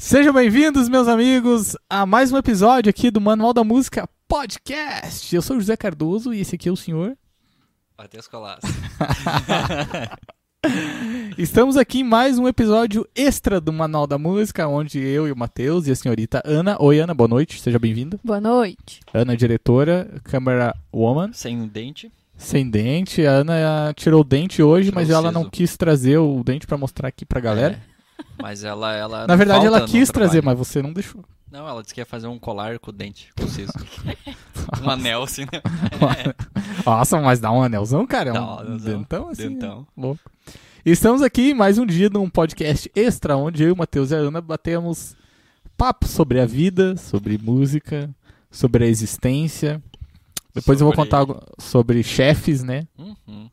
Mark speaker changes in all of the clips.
Speaker 1: Sejam bem-vindos, meus amigos, a mais um episódio aqui do Manual da Música Podcast. Eu sou o José Cardoso e esse aqui é o senhor.
Speaker 2: Matheus Colas.
Speaker 1: Estamos aqui em mais um episódio extra do Manual da Música, onde eu e o Matheus e a senhorita Ana. Oi, Ana, boa noite, seja bem-vinda.
Speaker 3: Boa noite.
Speaker 1: Ana, é diretora, câmera woman,
Speaker 2: Sem um dente.
Speaker 1: sem dente. A Ana ah, tirou o dente hoje,
Speaker 2: Tirou
Speaker 1: mas
Speaker 2: o
Speaker 1: ela não
Speaker 2: siso.
Speaker 1: quis trazer o dente pra mostrar aqui pra galera.
Speaker 2: É. Mas ela. ela
Speaker 1: Na
Speaker 2: não
Speaker 1: verdade,
Speaker 2: falta
Speaker 1: ela
Speaker 2: no
Speaker 1: quis
Speaker 2: trabalho.
Speaker 1: trazer, mas você não deixou.
Speaker 2: Não, ela disse que ia fazer um colar com o dente, com o siso. um anel, assim, né?
Speaker 1: Nossa, mas dá um anelzão, cara. É
Speaker 2: Dá
Speaker 1: um
Speaker 2: um anelzão.
Speaker 1: dentão assim.
Speaker 2: Dentão.
Speaker 1: né? Louco. E Estamos aqui mais um dia num podcast extra, onde eu, o Matheus e a Ana batemos papo sobre a vida, sobre música, sobre a existência. Depois eu vou
Speaker 2: Sobre-
Speaker 1: contar algo sobre chefes, né?
Speaker 2: Uhum.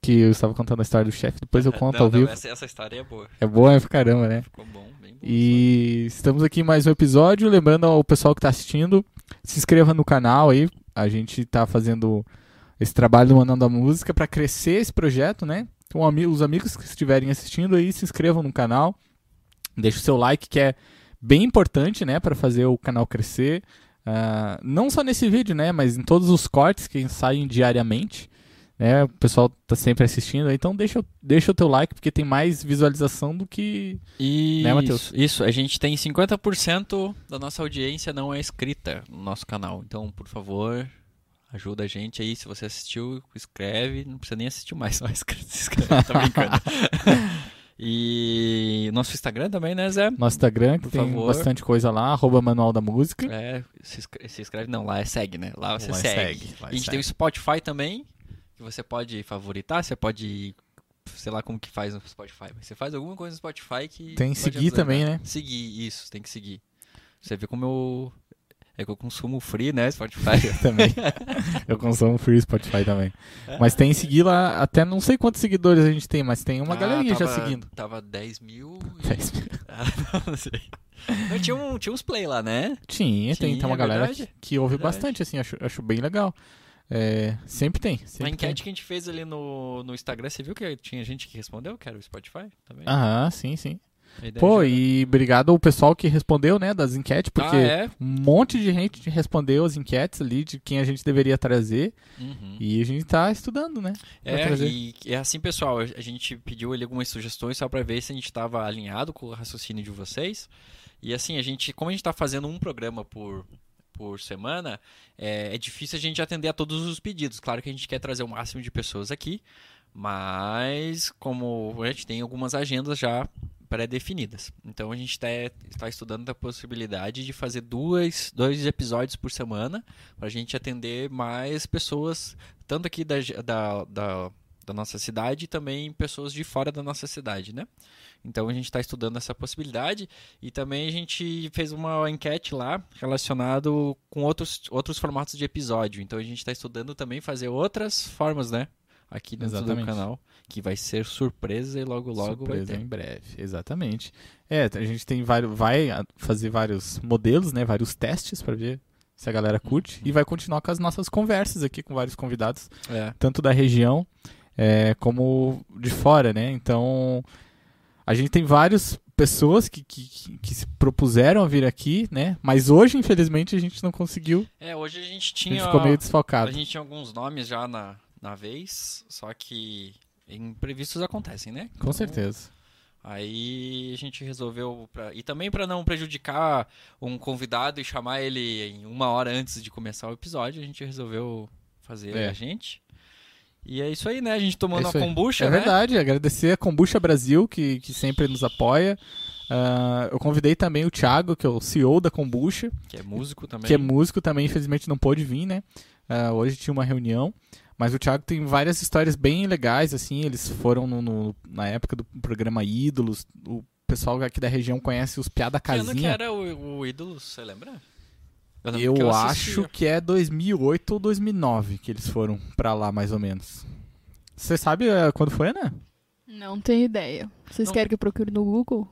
Speaker 1: Que eu estava contando a história do chefe, depois eu conto
Speaker 2: não,
Speaker 1: ao
Speaker 2: não,
Speaker 1: vivo.
Speaker 2: Essa, essa história é boa.
Speaker 1: É boa, é pra caramba, né?
Speaker 2: Ficou bom, bem bom.
Speaker 1: E estamos aqui em mais um episódio. Lembrando ao pessoal que está assistindo, se inscreva no canal aí. A gente está fazendo esse trabalho do Mandando a Música para crescer esse projeto, né? Então, ami- os amigos que estiverem assistindo aí, se inscrevam no canal. Deixa o seu like, que é bem importante, né? Para fazer o canal crescer. Ah, não só nesse vídeo, né? Mas em todos os cortes que saem diariamente. Né? O pessoal tá sempre assistindo. Então deixa, o- deixa o teu like, porque tem mais visualização do que
Speaker 2: Isso,
Speaker 1: Né, Matheus?
Speaker 2: Isso, a gente tem 50% da nossa audiência não é inscrita no nosso canal. Então, por favor, ajuda a gente aí. Se você assistiu, escreve. Não precisa nem assistir mais, só escreve. Se inscreve, tô brincando. e nosso Instagram também, né, Zé?
Speaker 1: nosso Instagram, que
Speaker 2: Por
Speaker 1: tem
Speaker 2: favor.
Speaker 1: bastante coisa lá, arroba Manual da Música.
Speaker 2: É, se inscreve, se inscreve- não, lá é segue, né? Lá você
Speaker 1: Lá é
Speaker 2: segue.
Speaker 1: segue, lá é
Speaker 2: a gente
Speaker 1: segue.
Speaker 2: tem o Spotify também, que você pode favoritar, você pode. Sei lá como que faz no Spotify. mas Você faz alguma coisa no Spotify que.
Speaker 1: Tem
Speaker 2: pode
Speaker 1: seguir também, né?
Speaker 2: Seguir, isso, tem que seguir. Você vê como eu. É que eu consumo free, né? Spotify.
Speaker 1: Também. Eu consumo Free Spotify também. Mas tem seguir lá, até não sei quantos seguidores a gente tem, mas tem uma
Speaker 2: Ah,
Speaker 1: galerinha já
Speaker 2: tava-
Speaker 1: seguindo. É
Speaker 2: Tava 10 mil. E...
Speaker 1: 10 mil.
Speaker 2: Ah, não sei. Não, tinha, um, tinha uns play lá, né?
Speaker 1: Tinha, tem, tem
Speaker 2: Tinha,
Speaker 1: uma
Speaker 2: é
Speaker 1: galera que,
Speaker 2: verdade.
Speaker 1: que ouve
Speaker 2: Verdade.
Speaker 1: bastante, assim, acho, acho bem legal. É, sempre tem.
Speaker 2: Na
Speaker 1: Sempre tem.
Speaker 2: enquete que a gente fez ali no, no Instagram, você viu que tinha gente que respondeu que era o Spotify também?
Speaker 1: Aham, sim, sim.
Speaker 2: Aí daí
Speaker 1: Ah, Pô,
Speaker 2: já-
Speaker 1: e obrigado ao pessoal que respondeu, né, das enquetes, porque
Speaker 2: Ah, é?
Speaker 1: um monte de gente respondeu as enquetes ali de quem a gente deveria trazer.
Speaker 2: Uhum.
Speaker 1: E a gente tá estudando, né? pra
Speaker 2: É,
Speaker 1: trazer.
Speaker 2: e é assim, pessoal, a a gente pediu ali algumas sugestões só para ver se a gente estava alinhado com o raciocínio de vocês. E assim, a gente, como a gente está fazendo um programa por, por semana, é, é difícil a gente atender a todos os pedidos. Claro que a gente quer trazer o máximo de pessoas aqui, mas como a gente tem algumas agendas já pré-definidas. Então a gente tá- está estudando a possibilidade de fazer duas, dois episódios por semana para a gente atender mais pessoas tanto aqui da, ge- da, da, da nossa cidade e também pessoas de fora da nossa cidade, né? Então a gente está estudando essa possibilidade e também a gente fez uma enquete lá relacionado com outros, outros formatos de episódio. Então a gente está estudando também fazer outras formas, né? Aqui dentro
Speaker 1: Exatamente.
Speaker 2: do canal, que vai ser surpresa e logo
Speaker 1: Tipo,
Speaker 2: logo vai
Speaker 1: Surpresa
Speaker 2: ter.
Speaker 1: em breve, exatamente. É, a gente tem vários, vai a- fazer vários modelos, né, vários testes pra ver se a galera curte e vai continuar com as nossas conversas aqui com vários convidados,
Speaker 2: É.
Speaker 1: tanto da região é, como de fora, né? Então a gente tem várias pessoas que, que, que- que se propuseram a vir aqui, né? Mas hoje, infelizmente, a gente não conseguiu.
Speaker 2: É, hoje a gente
Speaker 1: A
Speaker 2: tinha.
Speaker 1: gente ficou meio
Speaker 2: A
Speaker 1: desfalcado.
Speaker 2: gente tinha alguns nomes já na, na vez, só que imprevistos acontecem, né?
Speaker 1: Com
Speaker 2: Então,
Speaker 1: certeza.
Speaker 2: Aí a gente resolveu pra- e também para não prejudicar um convidado e chamar ele em uma hora antes de começar o episódio, a gente resolveu fazer
Speaker 1: É.
Speaker 2: a gente. E é isso aí, né? A gente tomando
Speaker 1: É
Speaker 2: uma
Speaker 1: isso aí.
Speaker 2: kombucha,
Speaker 1: É
Speaker 2: né?
Speaker 1: verdade, agradecer a Kombucha Brasil, que, que sempre nos apoia. Ah, eu convidei também o Thiago, que é o CEO da Kombucha,
Speaker 2: Que é músico também.
Speaker 1: que é músico também, infelizmente não pôde vir, né? Ah, hoje tinha uma reunião. Mas o Thiago tem várias histórias bem legais, assim. Eles foram no- no- na época do programa Ídolos. O pessoal aqui da região conhece os Piada
Speaker 2: Que ano que
Speaker 1: Casinha.
Speaker 2: era o, o ídolo, você lembra? lembro
Speaker 1: Eu,
Speaker 2: que
Speaker 1: acho
Speaker 2: assistia.
Speaker 1: que é 2008 ou 2009 que eles foram pra lá, mais ou menos. Você sabe eh, quando foi, né?
Speaker 3: Não tenho ideia. Vocês
Speaker 2: Não.
Speaker 3: querem que eu procure no Google?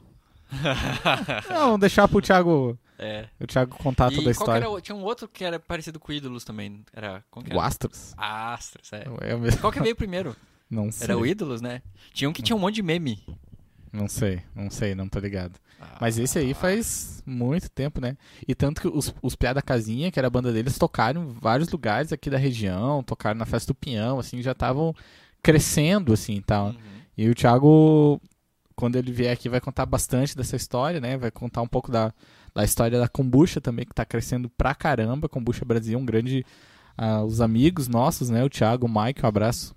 Speaker 1: Não, deixar pro Thiago,
Speaker 2: É.
Speaker 1: o Thiago contar
Speaker 2: e
Speaker 1: toda a
Speaker 2: qual que
Speaker 1: história.
Speaker 2: era, o- tinha um outro que era parecido com ídolos também, era como que
Speaker 1: O
Speaker 2: era?
Speaker 1: Astros?
Speaker 2: Astros, é.
Speaker 1: É o mesmo.
Speaker 2: Qual que veio primeiro?
Speaker 1: Não sei.
Speaker 2: Era o Ídolos, né? Tinha um que tinha um monte de meme.
Speaker 1: Não sei, não sei, não tô ligado.
Speaker 2: Ah,
Speaker 1: Mas esse aí faz muito tempo, né? E tanto que os, os Piá da Casinha, que era a banda deles, tocaram em vários lugares aqui da região, tocaram na Festa do Pinhão, assim, já estavam crescendo, assim, e tal.
Speaker 2: Uhum.
Speaker 1: E o Thiago, quando ele vier aqui, vai contar bastante dessa história, né? Vai contar um pouco da, da história da kombucha também, que tá crescendo pra caramba. Kombucha Brasil, é um grande... ah, os amigos nossos, né? O Thiago, o Mike, um abraço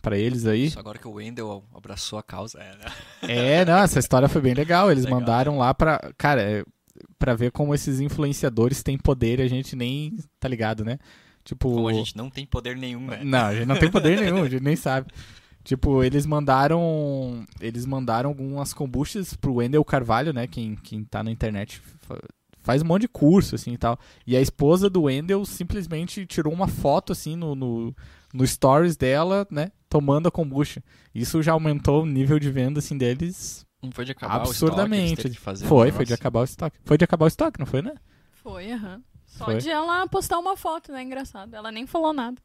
Speaker 1: pra eles aí.
Speaker 2: Só agora que o Wendel abraçou a causa. É, né?
Speaker 1: É, não, essa história foi bem legal. Eles
Speaker 2: Legal.
Speaker 1: mandaram lá pra. Cara, é, pra ver como esses influenciadores têm poder e a gente nem. tá ligado, né? Tipo.
Speaker 2: Como a gente não tem poder nenhum, né?
Speaker 1: Não, a gente não tem poder nenhum, a gente nem sabe. Tipo, eles mandaram. Eles mandaram algumas kombuchas pro Wendel Carvalho, né? Quem, quem tá na internet fa- faz um monte de curso, assim e tal. E a esposa do Wendel simplesmente tirou uma foto, assim, no, no, no stories dela, né? Tomando a kombucha. Isso já aumentou o nível de venda, assim, deles
Speaker 2: Não foi de acabar
Speaker 1: Absurdamente.
Speaker 2: o estoque, eles teve que fazer
Speaker 1: foi,
Speaker 2: um
Speaker 1: foi de
Speaker 2: negócio.
Speaker 1: acabar o estoque. Foi de acabar o estoque, não foi, né?
Speaker 3: Foi, aham. Só
Speaker 1: Foi.
Speaker 3: de ela postar uma foto, né? Engraçado. Ela nem falou nada.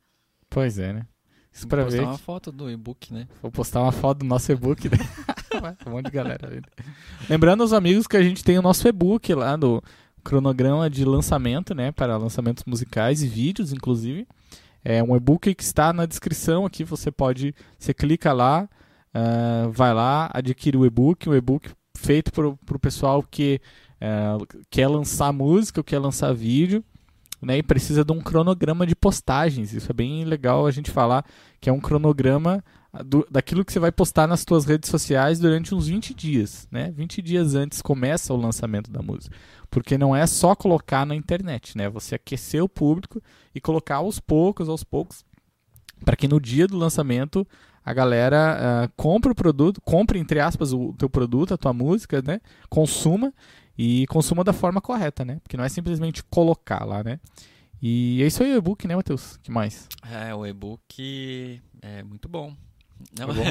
Speaker 1: Pois é, né? Isso pra
Speaker 2: Vou
Speaker 1: ver.
Speaker 2: postar uma foto do e-book, né?
Speaker 1: Vou postar uma foto do nosso e-book. Né? um monte de galera. ali. Lembrando aos amigos que a gente tem o nosso e-book lá no cronograma de lançamento, né? Para lançamentos musicais e vídeos, inclusive. É um e-book que está na descrição aqui. Você pode, você clica lá, ah, vai lá, adquire o e-book. Um e-book feito pro, pro pessoal que ah, quer lançar música, ou quer lançar vídeo. Né, e precisa de um cronograma de postagens. Isso é bem legal a gente falar que é um cronograma do- daquilo que você vai postar nas suas redes sociais durante uns 20 dias, né? 20 dias antes começa o lançamento da música. Porque não é só colocar na internet, né? Você aquecer o público e colocar aos poucos, aos poucos, para que no dia do lançamento a galera ah, compre o produto, compre entre aspas o teu produto, a tua música, né? Consuma e consuma da forma correta, né? Porque não é simplesmente colocar lá, né? E é isso aí o e-book, né, Matheus? que mais?
Speaker 2: É, o e-book é muito bom. Não,
Speaker 1: Foi bom?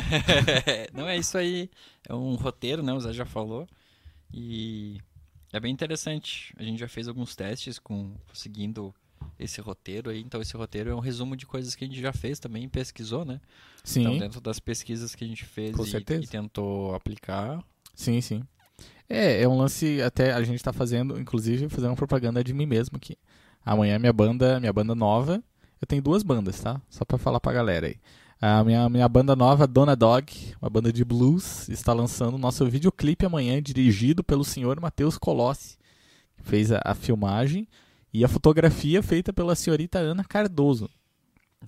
Speaker 2: não é isso aí. É um roteiro, né? O Zé já falou. E é bem interessante. A gente já fez alguns testes com seguindo esse roteiro aí. Então, esse roteiro é um resumo de coisas que a gente já fez também, pesquisou, né?
Speaker 1: Sim.
Speaker 2: Então, dentro das pesquisas que a gente fez
Speaker 1: Com
Speaker 2: e-
Speaker 1: certeza.
Speaker 2: e tentou aplicar,
Speaker 1: Sim, sim. É, é um lance até a gente tá fazendo, inclusive, fazendo uma propaganda de mim mesmo aqui. Amanhã minha banda, minha banda nova, eu tenho duas bandas, tá? Só pra falar pra galera aí. A minha, minha banda nova, Dona Dog, uma banda de blues, está lançando o nosso videoclipe amanhã, dirigido pelo senhor Matheus Colossi, que fez a, a filmagem e a fotografia feita pela senhorita Ana Cardoso.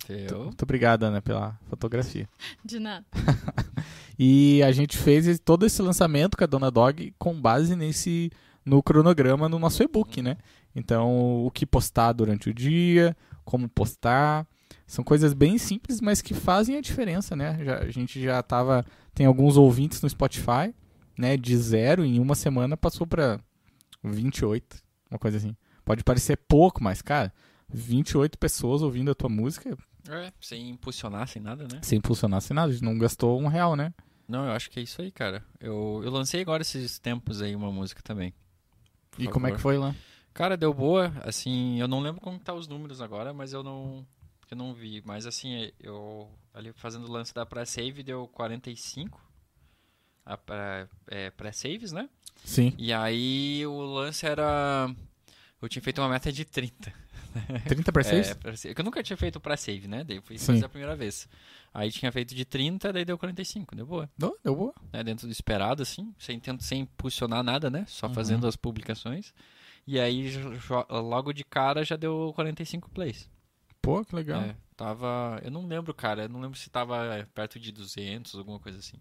Speaker 2: entendeu?
Speaker 1: Muito obrigado, Ana, pela fotografia.
Speaker 3: De nada.
Speaker 1: E a gente fez esse- todo esse lançamento com a Dona Dog com base nesse no cronograma no nosso e-book, né? Então, o que postar durante o dia, como postar, são coisas bem simples, mas que fazem a diferença, né? Já- a gente já tava tem alguns ouvintes no Spotify, né, de zero em uma semana passou para 28, uma coisa assim. Pode parecer pouco, mas cara, 28 pessoas ouvindo a tua música
Speaker 2: É, sem impulsionar, sem nada, né?
Speaker 1: sem funcionar sem nada, a gente não gastou um real, né?
Speaker 2: Não, eu acho que é isso aí, cara. Eu, eu lancei agora esses tempos aí uma música também. Por
Speaker 1: E como é
Speaker 2: favor.
Speaker 1: que foi lá?
Speaker 2: Cara, deu boa. Assim, eu não lembro como tá os números agora, mas eu não. Eu não vi. Mas assim, eu. Ali fazendo o lance da pré-save deu 45. A pré- é, pré-saves, né?
Speaker 1: Sim.
Speaker 2: E aí o lance era. Eu tinha feito uma meta de 30.
Speaker 1: 30 para
Speaker 2: É,
Speaker 1: 6?
Speaker 2: pré-save. Que eu nunca tinha feito pré-save, né? Daí eu fui
Speaker 1: Sim.
Speaker 2: fazer a primeira vez. Aí tinha feito de 30, daí deu 45. Deu boa.
Speaker 1: Deu, deu boa.
Speaker 2: né, dentro do esperado, assim, sem, tento, sem impulsionar nada, né? Só
Speaker 1: Uhum.
Speaker 2: fazendo as publicações. E aí, jo- jo- logo de cara, já deu 45 plays.
Speaker 1: Pô, que legal.
Speaker 2: É, tava... Eu não lembro, cara. Eu não lembro se tava é, perto de 200, alguma coisa assim.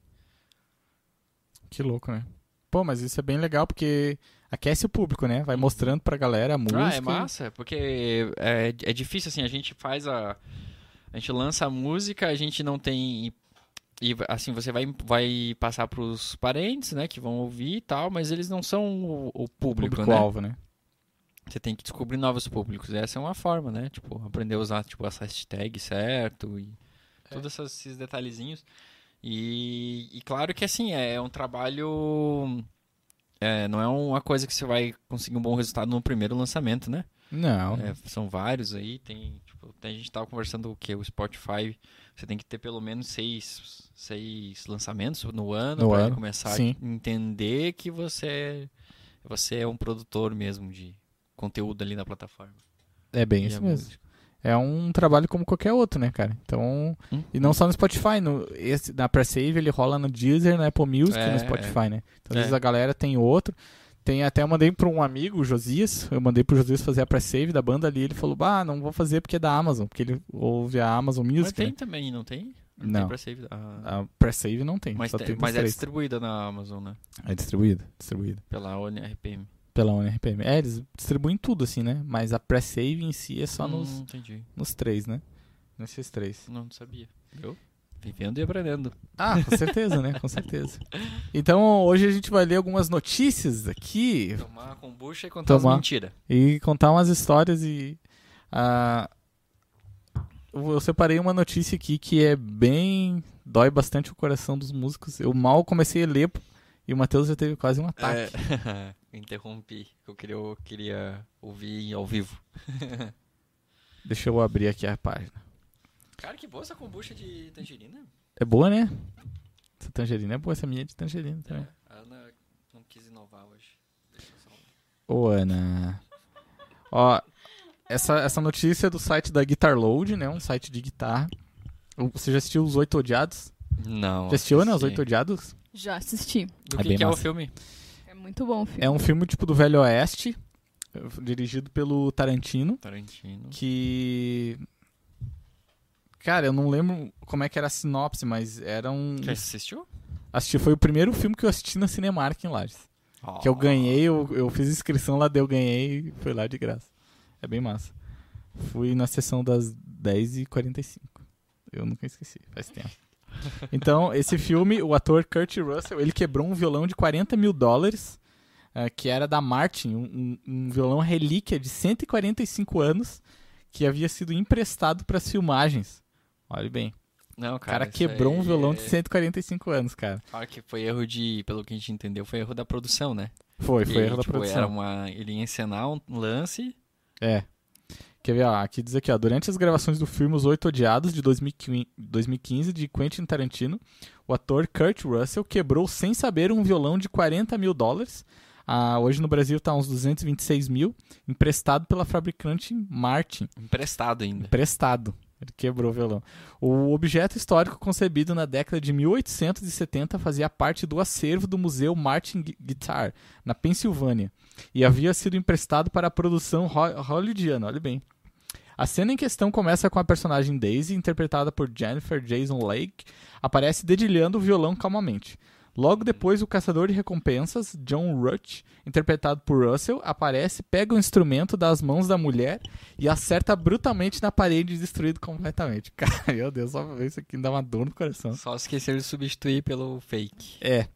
Speaker 1: Que louco, né? Pô, mas isso é bem legal porque aquece o público, né? Vai mostrando pra galera a música.
Speaker 2: Ah, é massa, porque é, é difícil, assim, a gente faz a... A gente lança a música, a gente não tem... E, assim, você vai, vai passar pros parentes, né, que vão ouvir e tal, mas eles não são o, o público, né?
Speaker 1: Público-alvo, né?
Speaker 2: Você tem que descobrir novos públicos. Essa é uma forma, né? Tipo, aprender a usar tipo, as hashtags certo e todos essas- esses detalhezinhos. E, e claro que assim, é um trabalho. é, não é uma coisa que você vai conseguir um bom resultado no primeiro lançamento, né?
Speaker 1: Não.
Speaker 2: É, são vários aí, tem, tipo, tem- a gente tava conversando o que o Spotify, você tem que ter pelo menos seis, seis lançamentos no ano
Speaker 1: No
Speaker 2: para
Speaker 1: ano,
Speaker 2: começar
Speaker 1: sim.
Speaker 2: a entender que você você é um produtor mesmo de conteúdo ali na plataforma.
Speaker 1: É bem
Speaker 2: E
Speaker 1: isso
Speaker 2: a
Speaker 1: mesmo.
Speaker 2: música.
Speaker 1: É um trabalho como qualquer outro, né, cara? Então.
Speaker 2: Hum.
Speaker 1: E não só no Spotify. No, esse, na Pre-Save ele rola no Deezer, na Apple Music e
Speaker 2: É,
Speaker 1: no Spotify, né? Então, às
Speaker 2: É.
Speaker 1: vezes a galera tem outro. Tem até, eu mandei pra um amigo, o Josias. Eu mandei pro Josias fazer a Pre-Save da banda ali. Ele falou, bah, não vou fazer porque é da Amazon. Porque ele ouve a Amazon
Speaker 2: Mas
Speaker 1: Music.
Speaker 2: tem
Speaker 1: né?
Speaker 2: também, não tem?
Speaker 1: Não.
Speaker 2: Tem pra save. ah,
Speaker 1: A Pre-Save não tem.
Speaker 2: mas
Speaker 1: só
Speaker 2: tem-
Speaker 1: tem pros
Speaker 2: mas é
Speaker 1: três.
Speaker 2: distribuída na Amazon, né?
Speaker 1: É distribuída, distribuída.
Speaker 2: Pela ONRPM.
Speaker 1: Pela ONRPM. É, eles distribuem tudo, assim, né? Mas a Pre-Save em si é só
Speaker 2: Hum,
Speaker 1: nos,
Speaker 2: Entendi.
Speaker 1: nos três, né? Nesses três.
Speaker 2: Não, não sabia. Eu? Vivendo e aprendendo.
Speaker 1: Ah, com certeza, né? Com certeza. Então, hoje a gente vai ler algumas notícias aqui
Speaker 2: Tomar kombucha e contar
Speaker 1: Tomar.
Speaker 2: as mentiras.
Speaker 1: e contar umas histórias e ah, eu separei uma notícia aqui que é bem dói bastante o coração dos músicos. Eu mal comecei a ler e o Matheus já teve quase um ataque.
Speaker 2: É, interrompi. Eu queria, eu queria ouvir ao vivo.
Speaker 1: Deixa eu abrir aqui a página.
Speaker 2: Cara, que boa essa kombucha de tangerina.
Speaker 1: É boa, né? Essa tangerina é boa, essa minha é de tangerina também.
Speaker 2: A Ana não quis inovar hoje. Deixa eu só-
Speaker 1: Ô, Ana. Ó, essa, essa notícia é do site da Guitar Load, né? Um site de guitarra. Você já assistiu Os Oito Odiados?
Speaker 2: Não.
Speaker 1: já assistiu, né? Os
Speaker 2: sim.
Speaker 1: Oito Odiados?
Speaker 3: Já assisti.
Speaker 2: Do
Speaker 1: É
Speaker 2: que,
Speaker 1: bem
Speaker 2: que é o
Speaker 1: massa.
Speaker 2: filme?
Speaker 3: É muito bom o filme.
Speaker 1: É um filme tipo do Velho Oeste, dirigido pelo Tarantino,
Speaker 2: Tarantino.
Speaker 1: que... Cara, eu não lembro como é que era a sinopse, mas era um...
Speaker 2: Já assistiu?
Speaker 1: Assisti, foi o primeiro filme que eu assisti na Cinemark em Lages. Que eu ganhei, eu, eu fiz inscrição lá, daí eu ganhei e foi lá de graça. É bem massa. Fui na sessão das 10h45. Eu nunca esqueci, faz tempo. Então, esse filme, o ator Kurt Russell, ele quebrou um violão de 40 mil dólares, eh, que era da Martin, um, um- um violão relíquia de 145 anos, que havia sido emprestado para as filmagens. Olha bem,
Speaker 2: Não,
Speaker 1: o cara
Speaker 2: isso
Speaker 1: quebrou um
Speaker 2: aí
Speaker 1: violão de
Speaker 2: é-
Speaker 1: 145 anos, cara.
Speaker 2: Claro que foi erro de, pelo que a gente entendeu, foi erro da produção, né?
Speaker 1: Foi, foi
Speaker 2: Ele,
Speaker 1: erro da
Speaker 2: tipo,
Speaker 1: produção.
Speaker 2: Era uma, ele ia encenar um lance.
Speaker 1: É. Quer ver, ó, aqui diz aqui, ó, durante as gravações do filme Os Oito Odiados de 2015 2015 de Quentin Tarantino, o ator Kurt Russell quebrou sem saber um violão de 40 mil dólares, ah, hoje no Brasil tá uns 226 mil, emprestado pela fabricante Martin,
Speaker 2: Emprestado ainda.
Speaker 1: emprestado, ele quebrou o violão. O objeto histórico concebido na década de 1870 fazia parte do acervo do Museu Martin Gui- Guitar, na Pensilvânia, e havia sido emprestado para a produção ho- hollywoodiana, olha bem. A cena em questão começa com a personagem Daisy, interpretada por Jennifer Jason Lake, aparece dedilhando o violão calmamente. Logo depois, o caçador de recompensas, John Rush, interpretado por Russell, aparece, pega o instrumento das mãos da mulher e acerta brutalmente na parede, destruído completamente. Cara, meu Deus, só pra ver isso aqui me dá uma dor no coração.
Speaker 2: Só esqueceram de substituir pelo fake.
Speaker 1: É.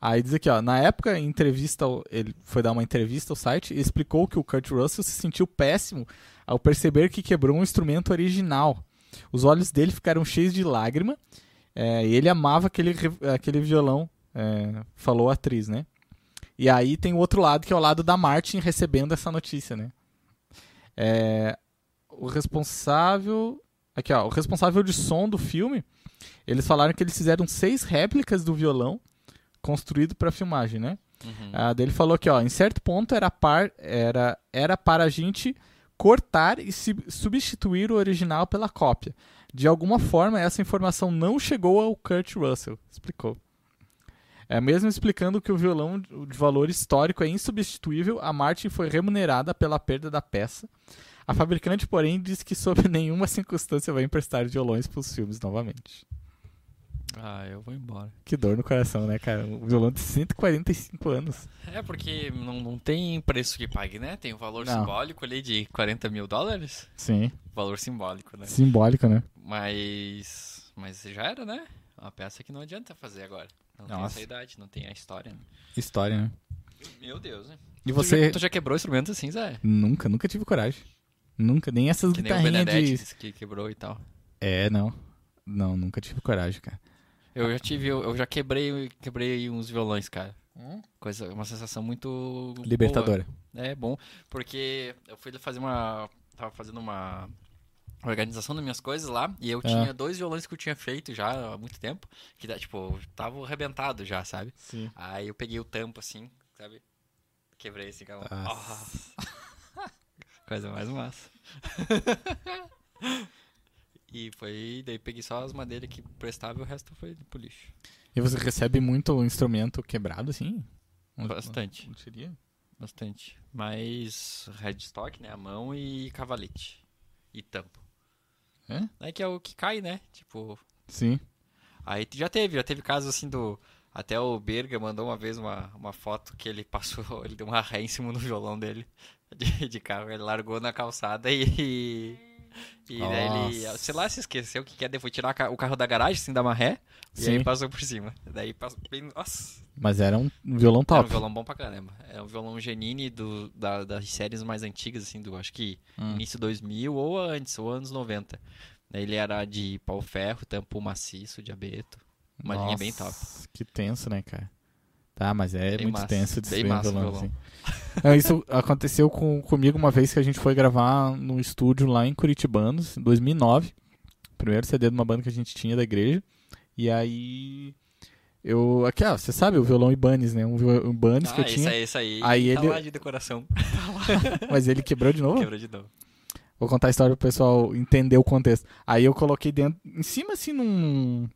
Speaker 1: Aí diz aqui, ó, na época, em entrevista, ao- ele foi dar uma entrevista ao site e explicou que o Kurt Russell se sentiu péssimo ao perceber que quebrou um instrumento original. Os olhos dele ficaram cheios de lágrima é, e ele amava aquele, re- aquele violão, é, falou a atriz, né? E aí tem o outro lado, que é o lado da Martin recebendo essa notícia, né? É, o responsável... Aqui, ó, o responsável de som do filme eles falaram que eles fizeram seis réplicas do violão construído para filmagem, né?
Speaker 2: Uhum.
Speaker 1: Ah, daí ele falou que, ó, em certo ponto era, par, era, era para a gente cortar e se- substituir o original pela cópia. De alguma forma, essa informação não chegou ao Kurt Russell, explicou. É, mesmo explicando que o violão de de valor histórico é insubstituível, a Martin foi remunerada pela perda da peça. A fabricante, porém, diz que sob nenhuma circunstância vai emprestar violões para os filmes novamente.
Speaker 2: Ah, eu vou embora.
Speaker 1: Que dor no coração, né, cara? Um violão de 145 anos.
Speaker 2: É, porque não, não tem preço que pague, né? Tem o valor
Speaker 1: Não.
Speaker 2: simbólico ali de 40 mil dólares.
Speaker 1: Sim.
Speaker 2: Valor simbólico, né?
Speaker 1: Simbólico, né?
Speaker 2: Mas. Mas já era, né? É Uma peça que não adianta fazer agora. Não tem
Speaker 1: Nossa.
Speaker 2: essa idade, não tem a história.
Speaker 1: História, né?
Speaker 2: Meu Deus, né?
Speaker 1: E
Speaker 2: Tu
Speaker 1: você.
Speaker 2: já, tu já quebrou instrumento assim, Zé?
Speaker 1: Nunca, nunca tive coragem. Nunca, nem essas
Speaker 2: Que nem o
Speaker 1: guitarrinhas
Speaker 2: Benedetti
Speaker 1: de.
Speaker 2: disse que quebrou e tal.
Speaker 1: É, não. Não, nunca tive coragem, cara.
Speaker 2: Eu já tive, eu, eu já Hum? quebrei, quebrei uns violões, cara. Coisa, uma sensação muito. boa.
Speaker 1: Libertadora.
Speaker 2: É bom, porque eu fui fazer uma. Tava fazendo uma organização das minhas coisas lá, e eu
Speaker 1: Ah.
Speaker 2: tinha dois violões que eu tinha feito já há muito tempo, que dá, tipo, tava arrebentado já, sabe?
Speaker 1: Sim.
Speaker 2: Aí eu peguei o tampo assim, sabe? Quebrei assim com a mão.
Speaker 1: Nossa.
Speaker 2: Nossa. Coisa mais massa. e foi, daí peguei só as madeiras que prestavam e o resto foi pro lixo.
Speaker 1: E você recebe muito instrumento quebrado, assim? Um-
Speaker 2: Bastante.
Speaker 1: um- seria?
Speaker 2: Bastante. Mas headstock, né? A mão e cavalete. E tampo.
Speaker 1: É?
Speaker 2: É que é o que cai, né? Tipo.
Speaker 1: Sim.
Speaker 2: Aí já teve, já teve caso assim do. Até o Berga mandou uma vez uma, uma foto que ele passou, ele deu uma ré em cima do violão dele de, de carro, ele largou na calçada e. E daí ele,
Speaker 1: Nossa.
Speaker 2: sei lá, se esqueceu o que quer, daí foi tirar a ca- o carro da garagem sem dar uma ré, e
Speaker 1: Sim.
Speaker 2: aí passou por cima. Daí passou bem. Nossa!
Speaker 1: Mas era um um violão
Speaker 2: É um
Speaker 1: top.
Speaker 2: violão bom pra caramba. É um violão Genini do, da- das séries mais antigas, assim, do acho que
Speaker 1: Hum.
Speaker 2: início 2000 ou antes, ou anos 90. Ele era de pau ferro, tampo maciço, diabeto. Uma linha bem top.
Speaker 1: Nossa, Que tenso, né, cara? Tá, mas é
Speaker 2: Bem
Speaker 1: muito
Speaker 2: massa,
Speaker 1: tenso de
Speaker 2: bem
Speaker 1: ser um
Speaker 2: massa o
Speaker 1: violão,
Speaker 2: violão.
Speaker 1: assim. É, Isso aconteceu com, comigo uma vez que a gente foi gravar no estúdio lá em Curitibanos, em 2009. Primeiro CD de uma banda que a gente tinha da igreja. E aí... Eu... Aqui, ah, você sabe o violão Ibanez, né? Um violão Ibanez que eu
Speaker 2: Ah,
Speaker 1: tinha,
Speaker 2: isso aí, isso aí.
Speaker 1: Aí
Speaker 2: tá
Speaker 1: ele-
Speaker 2: lá de decoração.
Speaker 1: mas ele quebrou de novo.
Speaker 2: Quebra de novo.
Speaker 1: Vou contar a história pro pessoal entender o contexto. Aí eu coloquei dentro, em cima assim, num,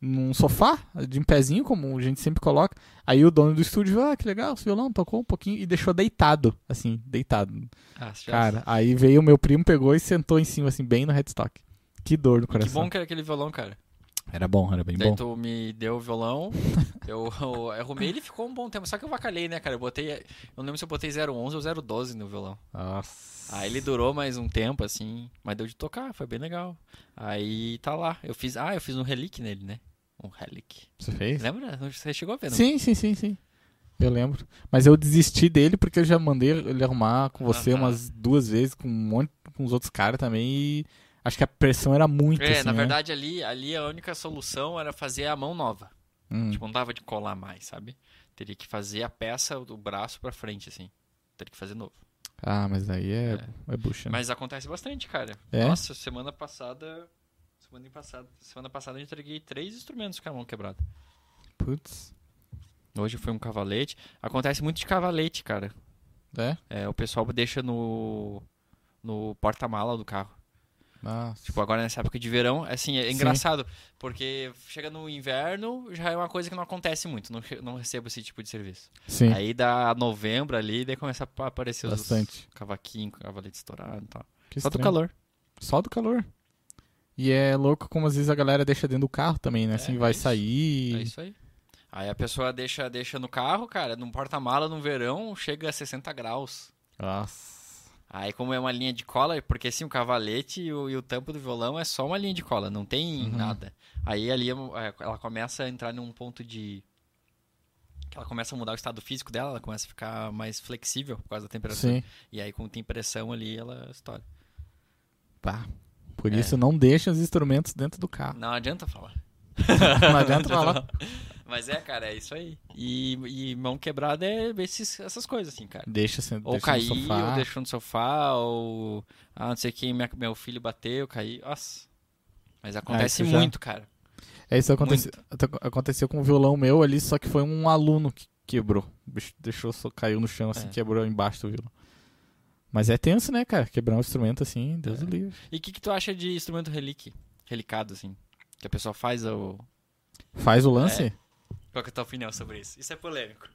Speaker 1: num sofá, de em pezinho, como a gente sempre coloca. Aí o dono do estúdio, ah, que legal, esse violão, tocou um pouquinho e deixou deitado, assim, deitado.
Speaker 2: Ah, já-
Speaker 1: Cara, aí veio o meu primo, pegou e sentou em cima, assim, bem no headstock. Que dor no
Speaker 2: que
Speaker 1: coração.
Speaker 2: bom que era aquele violão, cara.
Speaker 1: Era bom, era bem
Speaker 2: Daí
Speaker 1: bom.
Speaker 2: tu me deu o violão, eu, eu arrumei ele ficou um bom tempo. Só que eu vacalhei, né, cara? Eu botei. Eu não lembro se eu botei 011 ou 012 no violão.
Speaker 1: Nossa.
Speaker 2: Aí ele durou mais um tempo, assim, mas deu de tocar, foi bem legal. Aí tá lá. Eu fiz. Ah, eu fiz um relic nele, né? Um relic.
Speaker 1: Você fez?
Speaker 2: Lembra? Você chegou a ver, não?
Speaker 1: Sim, sim, sim, sim. Eu lembro. Mas eu desisti dele porque eu já mandei ele arrumar com você
Speaker 2: Aham.
Speaker 1: umas duas vezes, com um monte, com os outros caras também, e acho que a pressão era muito,
Speaker 2: É,
Speaker 1: assim,
Speaker 2: na
Speaker 1: né?
Speaker 2: verdade ali, ali a única solução era fazer a mão nova.
Speaker 1: Hum.
Speaker 2: Tipo, não dava de colar mais, sabe? Teria que fazer a peça do braço pra frente, assim. Teria que fazer novo.
Speaker 1: Ah, mas aí é, é. bucha. né?
Speaker 2: Mas acontece bastante, cara.
Speaker 1: É?
Speaker 2: Nossa, semana passada. Semana passada, semana passada eu entreguei três instrumentos com a mão quebrada.
Speaker 1: Putz.
Speaker 2: Hoje foi um cavalete. Acontece muito de cavalete, cara.
Speaker 1: É?
Speaker 2: É, o pessoal deixa no, no porta-mala do carro.
Speaker 1: Ah,
Speaker 2: Tipo, agora nessa época de verão, assim, é
Speaker 1: Sim.
Speaker 2: engraçado, porque chega no inverno, já é uma coisa que não acontece muito, não, che- não recebo esse tipo de serviço.
Speaker 1: sim.
Speaker 2: Aí dá novembro ali, daí começa a aparecer
Speaker 1: Bastante.
Speaker 2: os cavaquinhos, cavalete estourado e tal.
Speaker 1: Que
Speaker 2: Só do
Speaker 1: estranho.
Speaker 2: calor.
Speaker 1: Só do calor. E é louco como às vezes a galera deixa dentro do carro também, né?
Speaker 2: É,
Speaker 1: Assim,
Speaker 2: é
Speaker 1: vai
Speaker 2: isso.
Speaker 1: sair.
Speaker 2: É isso aí. Aí a pessoa deixa, deixa no carro, cara, num porta-mala no verão, chega a 60 graus.
Speaker 1: Nossa.
Speaker 2: Aí, como é uma linha de cola, porque assim, o cavalete e o, e o tampo do violão é só uma linha de cola, não tem
Speaker 1: Uhum.
Speaker 2: nada. Aí ali é um- é, ela começa a entrar num ponto de. que ela começa a mudar o estado físico dela, ela começa a ficar mais flexível por causa da temperatura.
Speaker 1: Sim.
Speaker 2: E aí, quando tem pressão ali, ela estoura.
Speaker 1: Pá. Tá. Por
Speaker 2: É.
Speaker 1: isso não deixa os instrumentos dentro do carro.
Speaker 2: Não adianta falar.
Speaker 1: Ah. Não adianta falar.
Speaker 2: Mas é, cara, é isso aí. E, e mão quebrada é esses- essas coisas, assim, cara.
Speaker 1: Deixa, sen-
Speaker 2: Ou
Speaker 1: deixa
Speaker 2: cair,
Speaker 1: no sofá.
Speaker 2: ou deixou no sofá, ou. Ah, não sei quem, minha- meu filho bateu, caí. Nossa. Mas acontece
Speaker 1: Ah, isso já-
Speaker 2: muito, cara.
Speaker 1: É isso aconteceu, aconteceu com o violão meu ali, só que foi um aluno que quebrou. O bicho deixou, só caiu no chão assim,
Speaker 2: É.
Speaker 1: quebrou embaixo do violão. Mas é tenso, né, cara? Quebrar um instrumento assim, Deus
Speaker 2: É.
Speaker 1: do livre.
Speaker 2: E o que, que tu acha de instrumento relique? Relicado, assim. Que a pessoa faz o.
Speaker 1: Faz o lance?
Speaker 2: Qual que é a tua opinião sobre isso? Isso é polêmico.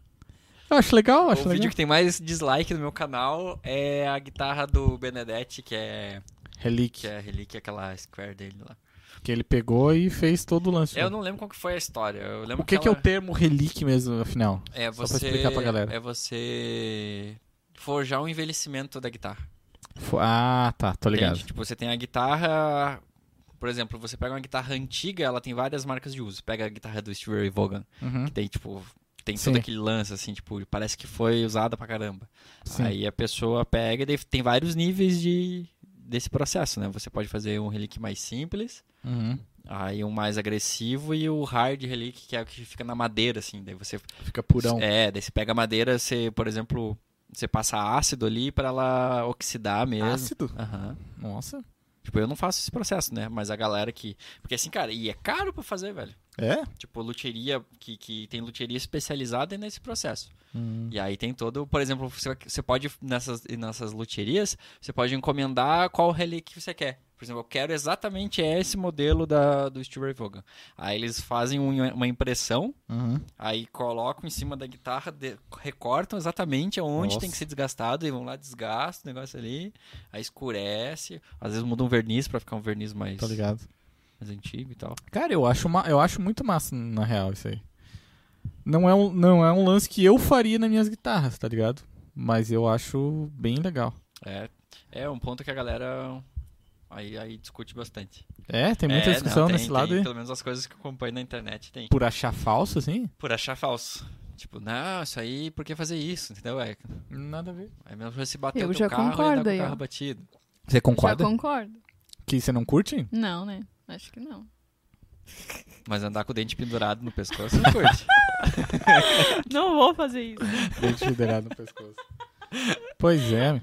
Speaker 1: Eu acho legal,
Speaker 2: o
Speaker 1: acho
Speaker 2: vídeo
Speaker 1: legal.
Speaker 2: que tem mais dislike no meu canal é a guitarra do Benedetti, que é. Que
Speaker 1: Relíquia.
Speaker 2: é relíquia, aquela square dele lá.
Speaker 1: Que ele pegou e fez todo o lance.
Speaker 2: É. Eu não lembro qual que foi a história. Eu lembro
Speaker 1: O que,
Speaker 2: que,
Speaker 1: que é
Speaker 2: ela-
Speaker 1: o termo relíquia mesmo, afinal?
Speaker 2: É
Speaker 1: Só pra
Speaker 2: você.
Speaker 1: explicar pra galera.
Speaker 2: É você forjar o envelhecimento da guitarra.
Speaker 1: Fo- Ah, tá, tô ligado.
Speaker 2: Entende? Tipo, você tem a guitarra. Por exemplo, você pega uma guitarra antiga, ela tem várias marcas de uso. Pega a guitarra do Steve Ray Vaughan,
Speaker 1: Uhum,
Speaker 2: que tem, tipo, tem
Speaker 1: Sim.
Speaker 2: todo aquele lance, assim, tipo, parece que foi usada pra caramba.
Speaker 1: sim.
Speaker 2: Aí a pessoa pega e daí tem vários níveis de, desse processo, né? Você pode fazer um relique mais simples,
Speaker 1: Uhum.
Speaker 2: aí um mais agressivo e o hard relique, que é o que fica na madeira, assim. Daí você
Speaker 1: Fica purão.
Speaker 2: é, daí você pega a madeira, você, por exemplo, Você passa ácido ali pra ela oxidar mesmo.
Speaker 1: Ácido?
Speaker 2: Aham.
Speaker 1: Nossa.
Speaker 2: Tipo, eu não faço esse processo, né? Mas a galera que. Porque assim, cara, e é caro pra fazer, velho.
Speaker 1: É?
Speaker 2: Tipo, luteria, que, que tem luteria especializada nesse processo. E aí tem todo, por exemplo, você, você pode, nessas, nessas luterias, você pode encomendar qual relé que você quer. Por exemplo, eu quero exatamente esse modelo da, do Steve Ray Vaughan. Aí eles fazem um- uma impressão,
Speaker 1: Uhum.
Speaker 2: aí colocam em cima da guitarra, de- recortam exatamente onde
Speaker 1: Nossa.
Speaker 2: tem que ser desgastado e vão lá, desgastam o negócio ali, aí escurece, às vezes muda um verniz pra ficar um verniz mais,
Speaker 1: Tá ligado.
Speaker 2: mais antigo e tal.
Speaker 1: Cara, eu acho, ma- eu acho muito massa, na real, isso aí. Não é, um, não é um lance que eu faria nas minhas guitarras, tá ligado? Mas eu acho bem legal.
Speaker 2: É, é um ponto que a galera aí, aí discute bastante.
Speaker 1: É, tem muita
Speaker 2: É, não,
Speaker 1: discussão
Speaker 2: tem-
Speaker 1: nesse
Speaker 2: tem,
Speaker 1: lado aí.
Speaker 2: Pelo menos as coisas que eu acompanho na internet tem.
Speaker 1: Por achar falso, assim?
Speaker 2: Por achar falso. Tipo, não, isso aí, por que fazer isso? Entendeu? É,
Speaker 1: Nada a ver.
Speaker 2: é mesmo você bater
Speaker 3: Eu
Speaker 2: o teu
Speaker 3: já
Speaker 2: carro e andar
Speaker 3: concordo
Speaker 2: com o
Speaker 3: aí,
Speaker 2: carro
Speaker 3: ó.
Speaker 2: batido.
Speaker 1: Você
Speaker 3: Já
Speaker 1: concorda?
Speaker 3: concordo.
Speaker 1: Que você não curte?
Speaker 3: Não, né? Acho que não.
Speaker 2: Mas andar com o dente pendurado no pescoço, não curte.
Speaker 3: Não vou fazer isso.
Speaker 1: Dente federado no pescoço. Pois é.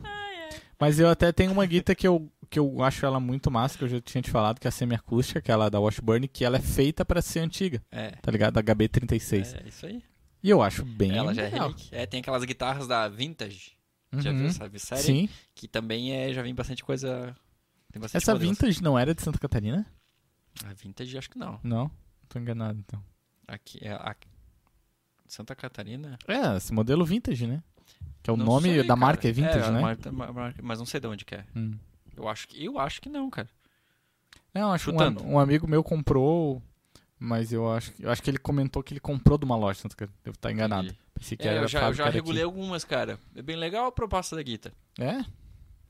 Speaker 1: Mas eu até tenho uma guita que eu, que eu acho ela muito massa, que eu já tinha te falado, que é a semiacústica, que é ela da Washburn, que ela é feita pra ser antiga,
Speaker 2: É,
Speaker 1: tá ligado? HB36.
Speaker 2: é isso aí.
Speaker 1: E eu acho bem
Speaker 2: Ela já é
Speaker 1: legal.
Speaker 2: relíquia. É, tem aquelas guitarras da Vintage. Já
Speaker 1: Uhum.
Speaker 2: viu essa série?
Speaker 1: Sim.
Speaker 2: Que também é, já vem bastante coisa... Tem bastante
Speaker 1: Essa
Speaker 2: modelos.
Speaker 1: vintage não era de Santa Catarina?
Speaker 2: A Vintage acho que não.
Speaker 1: Não. Tô enganado, então.
Speaker 2: Aqui, é a... Santa Catarina?
Speaker 1: É, esse modelo vintage, né? Que é o
Speaker 2: Não
Speaker 1: nome
Speaker 2: sei,
Speaker 1: da
Speaker 2: cara.
Speaker 1: marca, é vintage,
Speaker 2: a
Speaker 1: né?
Speaker 2: marca- ma- marca- mas não sei de onde que é.
Speaker 1: Hum.
Speaker 2: Eu acho que, eu acho que não, cara.
Speaker 1: Não, acho que um,
Speaker 2: Chutando.
Speaker 1: am- um amigo meu comprou, mas eu acho, que- eu acho que ele comentou que ele comprou de uma loja de Santa Catarina. Devo estar enganado.
Speaker 2: Entendi.
Speaker 1: Pensei que
Speaker 2: É,
Speaker 1: era
Speaker 2: eu
Speaker 1: da
Speaker 2: já, eu
Speaker 1: fábrica
Speaker 2: já
Speaker 1: daqui.
Speaker 2: regulei algumas, cara. É bem legal a proposta da guita.
Speaker 1: É?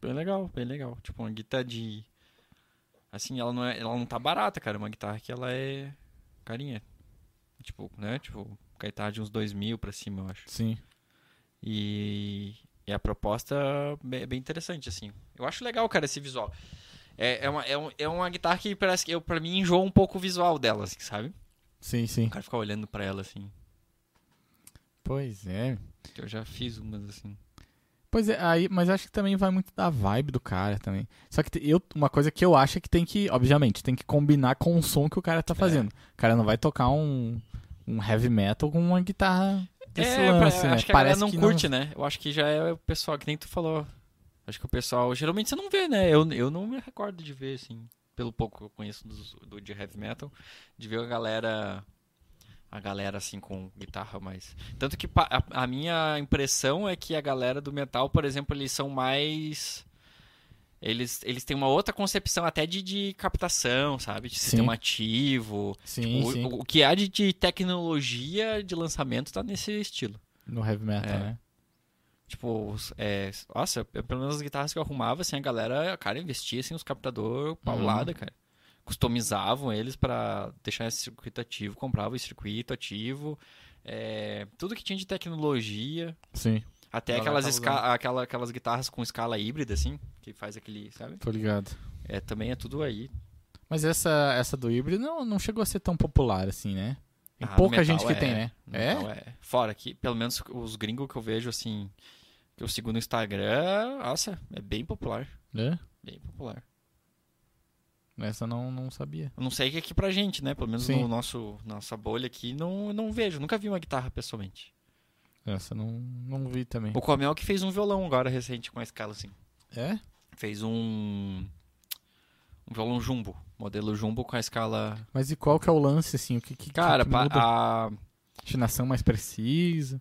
Speaker 2: Bem legal, bem legal. Tipo, uma guita de... Assim, ela não, é, ela não tá barata, cara. É Uma guitarra que ela é carinha. Tipo, né? Tipo, guitarra de uns dois mil pra cima, eu acho.
Speaker 1: Sim.
Speaker 2: E, e a proposta é bem interessante, assim. Eu acho legal, cara, esse visual. É, é, uma, é, um- é uma guitarra que parece que eu, pra mim enjoa um pouco o visual dela, assim, sabe?
Speaker 1: Sim, sim.
Speaker 2: O cara fica olhando pra ela, assim.
Speaker 1: Pois é.
Speaker 2: Eu já fiz umas, assim.
Speaker 1: Pois é, aí, mas acho que também vai muito da vibe do cara também. Só que te- eu, uma coisa que eu acho é que tem que, obviamente, tem que combinar com o som que o cara tá
Speaker 2: É.
Speaker 1: fazendo. O cara não vai tocar um, um heavy metal com uma guitarra desse
Speaker 2: é,
Speaker 1: lance,
Speaker 2: pra-
Speaker 1: né?
Speaker 2: acho que a galera
Speaker 1: Parece
Speaker 2: não
Speaker 1: que
Speaker 2: curte, né? Eu acho que já é o pessoal, que nem tu falou. Acho que o pessoal, geralmente você não vê, né? Eu, eu não me recordo de ver, assim, pelo pouco que eu conheço dos- do, de heavy metal, de ver a galera, a galera, assim, com guitarra mais... Tanto que pa- a, a minha impressão é que a galera do metal, por exemplo, eles são mais... Eles, eles têm uma outra concepção até de, de captação, sabe? De
Speaker 1: Sim.
Speaker 2: sistema ativo,
Speaker 1: Sim,
Speaker 2: o,
Speaker 1: sim.
Speaker 2: o- o que há de, de tecnologia de lançamento tá nesse estilo.
Speaker 1: No heavy metal,
Speaker 2: É.
Speaker 1: né?
Speaker 2: Tipo, os- é, nossa, eu- pelo menos as guitarras que eu arrumava, assim, a galera, a cara, investia assim, os
Speaker 1: Uhum.
Speaker 2: captador paulada, cara. Customizavam eles pra deixar esse circuito ativo, comprava esse circuito ativo, é, tudo que tinha de tecnologia,
Speaker 1: Sim,
Speaker 2: até
Speaker 1: A galera
Speaker 2: aquelas,
Speaker 1: tava
Speaker 2: esca-
Speaker 1: usando.
Speaker 2: aquela- aquelas guitarras com escala híbrida, assim, que faz aquele, sabe?
Speaker 1: tô ligado.
Speaker 2: É, também é tudo aí.
Speaker 1: Mas essa, essa do híbrido não, não chegou a ser tão popular assim, né? Tem
Speaker 2: Ah, no
Speaker 1: pouca
Speaker 2: metal
Speaker 1: gente que
Speaker 2: é.
Speaker 1: tem, né?
Speaker 2: Então, é. Fora que, pelo menos os gringos que eu vejo, assim, que eu sigo no Instagram, nossa, é bem popular.
Speaker 1: É? É?
Speaker 2: Bem popular.
Speaker 1: Essa não, não sabia.
Speaker 2: Eu não sei que aqui pra gente, né? Pelo menos
Speaker 1: Sim.
Speaker 2: no nosso, nossa bolha aqui, não, não vejo. Nunca vi uma guitarra pessoalmente.
Speaker 1: Essa não, não vi também.
Speaker 2: O Comel que fez um violão agora recente com a escala, assim.
Speaker 1: É?
Speaker 2: Fez um. Um violão jumbo. Modelo jumbo com a escala.
Speaker 1: Mas e qual que é o lance, assim? O que, que,
Speaker 2: Cara,
Speaker 1: que, que
Speaker 2: pa-
Speaker 1: muda?
Speaker 2: a.
Speaker 1: afinação mais precisa?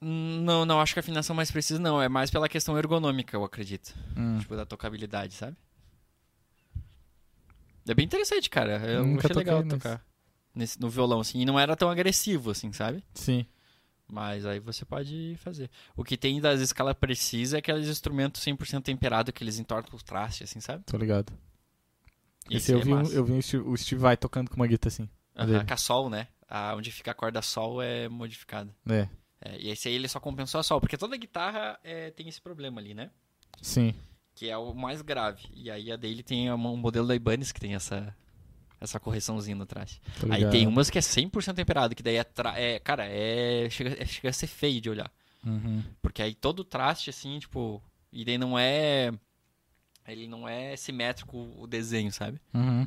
Speaker 2: Não, não, acho que a afinação mais precisa não. É mais pela questão ergonômica, eu acredito.
Speaker 1: Hum.
Speaker 2: Tipo, da tocabilidade, sabe? É bem interessante, cara. Eu
Speaker 1: Nunca
Speaker 2: achei legal
Speaker 1: toquei, mas-
Speaker 2: tocar nesse, no violão, assim. E não era tão agressivo, assim, sabe?
Speaker 1: Sim.
Speaker 2: Mas aí você pode fazer. O que tem das escalas precisas é aqueles instrumentos 100% temperado que eles entortam os trastes, assim, sabe?
Speaker 1: Tô ligado. Esse
Speaker 2: Isso aí
Speaker 1: eu
Speaker 2: é
Speaker 1: vi, um-
Speaker 2: massa.
Speaker 1: eu vi um Steve- o Steve Vai tocando com uma guita assim.
Speaker 2: Aham,
Speaker 1: dele.
Speaker 2: com a sol, né? Ah, onde fica a corda sol é modificada.
Speaker 1: É.
Speaker 2: É, e esse aí ele só compensou a sol, porque toda guitarra é, tem esse problema ali, né?
Speaker 1: Sim.
Speaker 2: que é o mais grave. E aí a dele tem uma- um modelo da Ibanez que tem essa essa correçãozinha atrás.
Speaker 1: Tô
Speaker 2: Aí um-
Speaker 1: ligado.
Speaker 2: tem umas que é 100% temperado, que daí é, tra- é cara, é chega, é- chega a ser feio de olhar.
Speaker 1: Uhum.
Speaker 2: Porque aí todo o traste, assim, tipo. E daí não é. Ele não é simétrico o desenho, sabe?
Speaker 1: Uhum.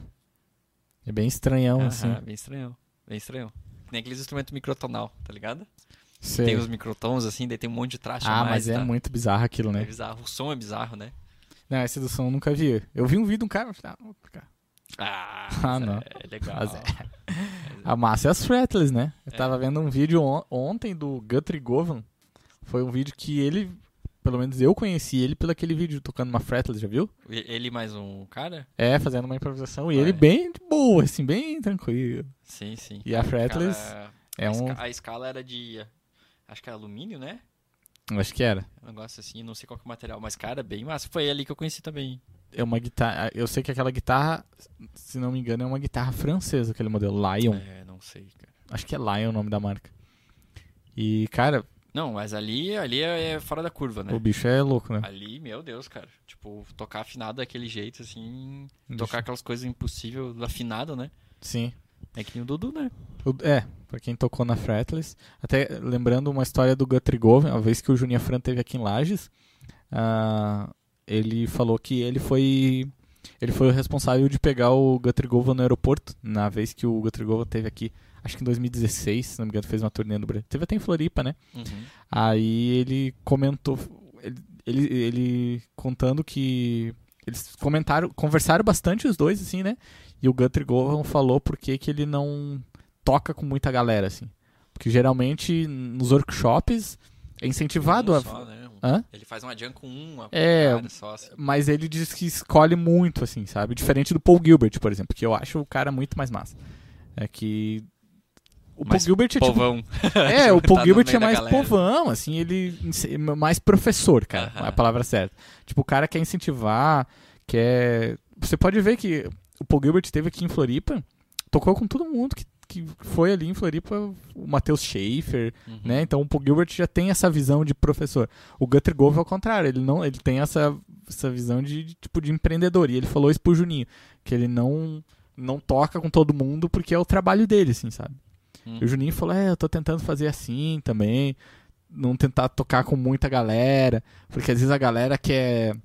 Speaker 1: É bem estranhão,
Speaker 2: Aham,
Speaker 1: assim.
Speaker 2: Bem estranho. Bem estranho. Que nem aqueles instrumentos microtonal, tá ligado?
Speaker 1: Sei.
Speaker 2: Tem os microtons, assim, daí tem um monte de traste a
Speaker 1: Ah, mas
Speaker 2: mais,
Speaker 1: é
Speaker 2: tá?
Speaker 1: muito bizarro aquilo,
Speaker 2: É
Speaker 1: né?
Speaker 2: bizarro. O som é bizarro, né?
Speaker 1: Não, esse do som eu nunca vi. Eu vi um vídeo de um cara. Ah, vou clicar.
Speaker 2: Ah,
Speaker 1: Ah,
Speaker 2: mas
Speaker 1: não.
Speaker 2: É legal.
Speaker 1: Mas é. A massa é as fretless, né? Eu tava vendo um vídeo on- ontem do Guthrie Govan. Foi um vídeo que ele, pelo menos eu conheci ele pelo aquele vídeo tocando uma fretless, já viu?
Speaker 2: E- Ele mais um cara?
Speaker 1: É, fazendo uma improvisação. E
Speaker 2: Ah,
Speaker 1: ele
Speaker 2: é.
Speaker 1: bem de boa, assim, bem tranquilo.
Speaker 2: Sim, sim.
Speaker 1: E a fretless
Speaker 2: Cara,
Speaker 1: é
Speaker 2: a,
Speaker 1: um.
Speaker 2: esca- a escala era de. Acho que era alumínio, né?
Speaker 1: Acho que era.
Speaker 2: Um negócio assim, não sei qual que é o material, mas cara, bem massa. Foi ali que eu conheci também.
Speaker 1: É uma guitarra. Eu sei que aquela guitarra, se não me engano, é uma guitarra francesa, aquele modelo. Lion.
Speaker 2: É, não sei, cara.
Speaker 1: Acho que é Lion o nome da marca. E, cara,
Speaker 2: Não, mas ali, ali é é fora da curva, né?
Speaker 1: o bicho é louco, né?
Speaker 2: Ali, meu Deus, cara. Tipo, tocar afinado daquele jeito, assim.
Speaker 1: O bicho-
Speaker 2: Tocar aquelas coisas impossíveis do afinado, né?
Speaker 1: Sim.
Speaker 2: É que nem o Dudu, né?
Speaker 1: O- É, pra quem tocou na Fretless. Até lembrando uma história do Guthrie Govan, uma vez que o Juninho Fran teve aqui em Lages, ah, ele falou que ele foi ele foi o responsável de pegar o Guthrie Govan no aeroporto, na vez que o Guthrie Govan teve aqui, acho que em 2016, se não me engano, fez uma turnê no Brasil. Teve até em Floripa, né?
Speaker 2: Uhum.
Speaker 1: Aí ele comentou. Ele, ele, ele contando que. Eles comentaram, conversaram bastante os dois, assim, né? E o Guthrie Govan falou por que que ele não toca com muita galera, assim. Porque geralmente nos workshops é incentivado
Speaker 2: Um
Speaker 1: a.
Speaker 2: só, né? Um-
Speaker 1: Hã?
Speaker 2: Ele faz uma jam com um, uma
Speaker 1: É.
Speaker 2: cara só, assim.
Speaker 1: Mas ele diz que escolhe muito, assim, sabe? Diferente do Paul Gilbert, por exemplo, que eu acho o cara muito mais massa. É que. O Paul
Speaker 2: Mas
Speaker 1: Gilbert é tipo
Speaker 2: Povão.
Speaker 1: É, o Paul
Speaker 2: Tá no
Speaker 1: Gilbert
Speaker 2: meio
Speaker 1: é
Speaker 2: da
Speaker 1: mais
Speaker 2: galera.
Speaker 1: povão, assim, ele ense- mais professor, cara,
Speaker 2: Aham.
Speaker 1: é a palavra certa. Tipo, o cara quer incentivar, quer. Você pode ver que o Paul Gilbert esteve aqui em Floripa, tocou com todo mundo que, que foi ali em Floripa, o Matheus Schaefer,
Speaker 2: Uhum.
Speaker 1: né? Então o Paul Gilbert já tem essa visão de professor. O Guthrie Gove é o contrário, ele não, ele tem essa, essa visão de, de, tipo de empreendedor. E ele falou isso pro Juninho, que ele não não toca com todo mundo porque é o trabalho dele, assim, sabe?
Speaker 2: Uhum.
Speaker 1: E o Juninho falou: É, eu tô tentando fazer assim também. Não tentar tocar com muita galera. Porque às vezes a galera quer.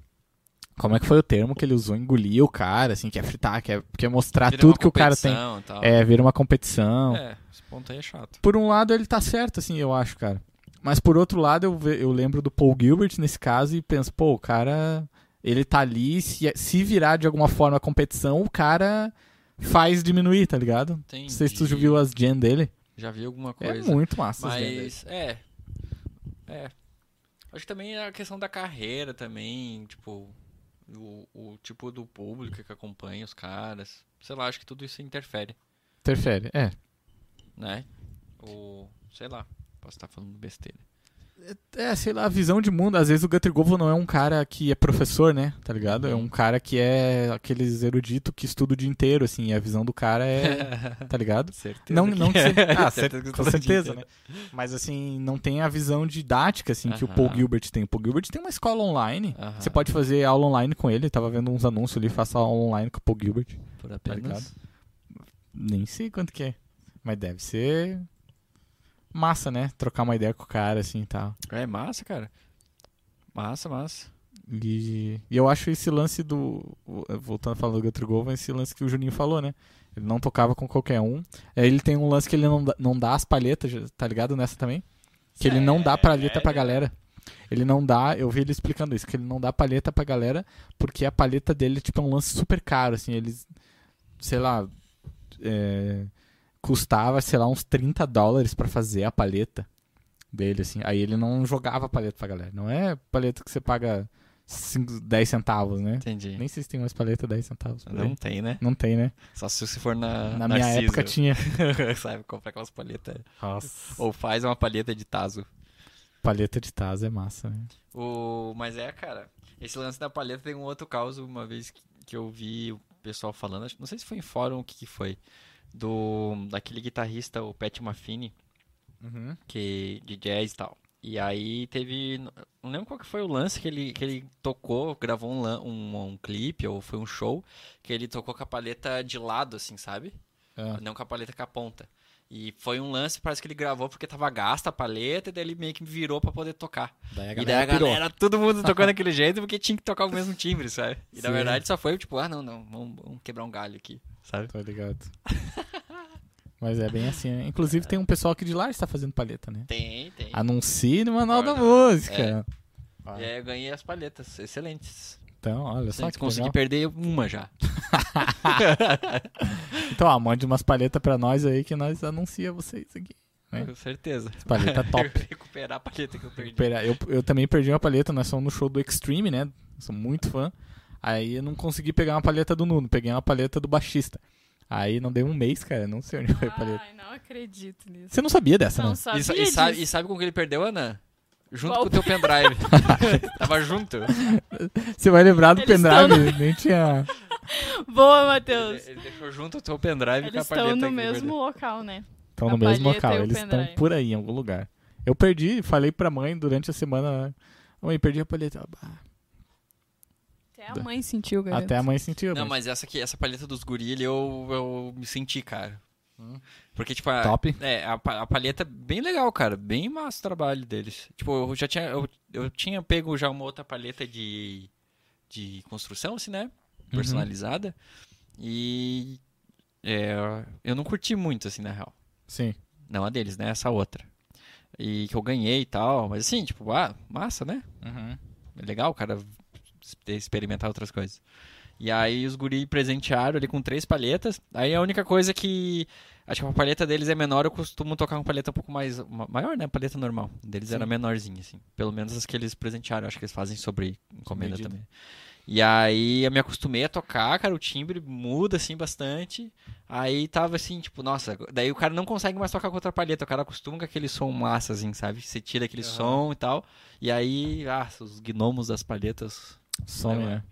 Speaker 1: Como é que foi o termo que ele usou? Engolir o cara, assim, quer fritar, quer, quer mostrar
Speaker 2: Vira uma
Speaker 1: tudo que o cara tem.
Speaker 2: competição e tal.
Speaker 1: É, vira uma competição.
Speaker 2: É, esse ponto aí é chato.
Speaker 1: Por um lado, ele tá certo, assim, eu acho, cara. Mas por outro lado, eu, ve- eu lembro do Paul Gilbert nesse caso e penso, pô, o cara. Ele tá ali, se, se virar de alguma forma a competição, o cara faz diminuir, tá ligado?
Speaker 2: Entendi.
Speaker 1: Não sei se tu já viu as gen dele.
Speaker 2: Já vi alguma
Speaker 1: É
Speaker 2: coisa.
Speaker 1: muito massa as gen dele.
Speaker 2: Mas, é. É. Acho que também é a questão da carreira também, tipo, o, o tipo do público que acompanha os caras. Sei lá, acho que tudo isso interfere,
Speaker 1: Interfere, é.
Speaker 2: né? Ou, sei lá, posso estar falando besteira.
Speaker 1: É, sei lá, a visão de mundo. Às vezes o Guthrie Govan não é um cara que é professor, né? Tá ligado? É um cara que é aqueles erudito que estuda o dia inteiro, assim. E a visão do cara é. tá ligado?
Speaker 2: certeza.
Speaker 1: Não, não que você... Ah,
Speaker 2: Certeza
Speaker 1: certeza
Speaker 2: que
Speaker 1: com
Speaker 2: você tá
Speaker 1: certeza,
Speaker 2: dizendo.
Speaker 1: né? Mas assim, não tem a visão didática, assim, que o
Speaker 2: Aham.
Speaker 1: Paul Gilbert tem. O Paul Gilbert tem uma escola online.
Speaker 2: Aham.
Speaker 1: Você pode fazer aula online com ele. Tava vendo uns anúncios ali, faça aula online com o Paul Gilbert.
Speaker 2: Por
Speaker 1: Tá ligado? Nem sei quanto que é. Mas deve ser massa, né? Trocar uma ideia com o cara, assim e tal.
Speaker 2: É massa, cara. Massa, massa.
Speaker 1: E, e eu acho esse lance do. o- Voltando a falar do Guthrie Govan, esse lance que o Juninho falou, né? Ele não tocava com qualquer um. Aí ele tem um lance que ele não dá, não dá as palhetas, já- tá ligado nessa também? Que
Speaker 2: É,
Speaker 1: ele não dá palheta pra galera. Ele não dá, eu vi ele explicando isso, que ele não dá palheta pra galera, porque a palheta dele tipo, é um lance super caro, assim, eles. Sei lá. é, custava, sei lá, uns 30 dólares pra fazer a palheta dele, assim. Aí ele não jogava palheta pra galera. Não é palheta que você paga 5, 10 centavos, né?
Speaker 2: Entendi.
Speaker 1: Nem sei se tem mais paleta 10 centavos. por aí.
Speaker 2: Não tem, né?
Speaker 1: Não Ah, tem, né?
Speaker 2: Só se você for na
Speaker 1: Na minha
Speaker 2: Narciso.
Speaker 1: época tinha.
Speaker 2: Sabe, comprar aquelas palhetas.
Speaker 1: Nossa.
Speaker 2: Ou faz uma palheta de taso.
Speaker 1: Paleta de Tazo é massa, né?
Speaker 2: O... Mas é, cara, esse lance da palheta tem um outro caos uma vez que- que eu vi o pessoal falando, acho- não sei se foi em fórum o que, que foi, do daquele guitarrista, o Pat Maffini, Uhum. que de jazz e tal. E aí teve, não lembro qual que foi o lance que ele, que ele tocou, gravou um, lan- um, um clipe ou foi um show, que ele tocou com a palheta de lado, assim, sabe?
Speaker 1: Ah.
Speaker 2: Não com a paleta com a ponta. E foi um lance, parece que ele gravou porque tava gasta a paleta, e daí ele meio que virou pra poder tocar.
Speaker 1: Daí a
Speaker 2: E daí a
Speaker 1: galera pirou.
Speaker 2: galera, todo mundo tocou daquele jeito porque tinha que tocar o mesmo timbre, sabe? E na
Speaker 1: Sim.
Speaker 2: verdade só foi tipo, ah não, não, vamos, vamos quebrar um galho aqui, sabe?
Speaker 1: Tô ligado. Mas é bem assim, né? Inclusive tem um pessoal aqui de lá que está fazendo palheta, né?
Speaker 2: Tem, tem.
Speaker 1: Anuncie no Manual da
Speaker 2: Olha,
Speaker 1: Música. Ah,
Speaker 2: E aí eu ganhei as palhetas, excelentes.
Speaker 1: Então, olha só
Speaker 2: Antes
Speaker 1: que
Speaker 2: consegui
Speaker 1: legal.
Speaker 2: perder uma já.
Speaker 1: Então, ó, mande umas palhetas pra nós aí que nós anuncia vocês aqui. É.
Speaker 2: Com certeza.
Speaker 1: Palheta top.
Speaker 2: Eu recuperar a palheta que eu perdi.
Speaker 1: Pera, eu, eu também perdi uma palheta, nós fomos no show do Extreme, né? Sou muito fã. Aí eu não consegui pegar uma palheta do Nuno, peguei uma palheta do baixista. Aí não deu um mês, cara, não sei onde foi a palheta.
Speaker 3: Ai, não acredito nisso.
Speaker 1: Você não sabia dessa, né?
Speaker 3: Ah. Não
Speaker 1: não?
Speaker 3: sabia
Speaker 2: E, sa- e
Speaker 3: disso.
Speaker 2: sabe, e sabe com que ele perdeu, Ana? Junto
Speaker 3: Qual?
Speaker 2: com o teu pendrive. Tava junto.
Speaker 1: Você vai lembrar do
Speaker 3: Eles
Speaker 1: pendrive,
Speaker 3: estão
Speaker 1: nem tinha.
Speaker 3: Boa,
Speaker 2: Ele,
Speaker 3: Matheus.
Speaker 2: ele deixou junto o teu pendrive com a
Speaker 3: Eles
Speaker 2: palheta.
Speaker 3: estão no
Speaker 2: que ele
Speaker 3: mesmo
Speaker 2: perdeu.
Speaker 3: local, né?
Speaker 1: Estão
Speaker 3: A
Speaker 1: no mesmo
Speaker 3: palheta
Speaker 1: local,
Speaker 3: e o
Speaker 1: eles estão
Speaker 3: pendrive.
Speaker 1: por aí, em algum lugar. Eu perdi, falei pra mãe durante a semana. né? Mãe, perdi a palheta. Ela, "Ah,
Speaker 3: Até a mãe sentiu, garoto.
Speaker 1: Até a mãe sentiu.
Speaker 2: Não,
Speaker 1: mas
Speaker 2: mas essa aqui, essa palheta dos guri, ele- eu, eu me senti, cara. Porque, tipo, a,
Speaker 1: Top.
Speaker 2: É, a, pa- a palheta bem legal, cara. Bem massa o trabalho deles. Tipo, eu já tinha. Eu, eu tinha pego já uma outra palheta de, de construção, assim, né? Personalizada. E. é, eu não curti muito, assim, na real.
Speaker 1: Sim.
Speaker 2: Não a deles, né? Essa outra. E que eu ganhei e tal. Mas assim, tipo, ah, massa, né? É legal o cara ter experimentar outras coisas. E aí os guri presentearam ali com três palhetas. Aí a única coisa que. Acho que a palheta deles é menor, eu costumo tocar uma palheta um pouco mais. ma- Maior, né? A palheta normal. A Deles era menorzinha, assim. Pelo menos as que eles presentearam, acho que eles fazem sobre encomenda
Speaker 1: Medida.
Speaker 2: também. E aí eu me acostumei a tocar, cara, o timbre muda assim bastante. Aí tava assim, tipo, nossa, daí o cara não consegue mais tocar com outra palheta, o cara acostuma com aquele som massa, assim, sabe? Você tira aquele
Speaker 1: Aham.
Speaker 2: som e tal. E aí, ah, os gnomos das palhetas.
Speaker 1: Some,
Speaker 2: Vai lá.
Speaker 1: né?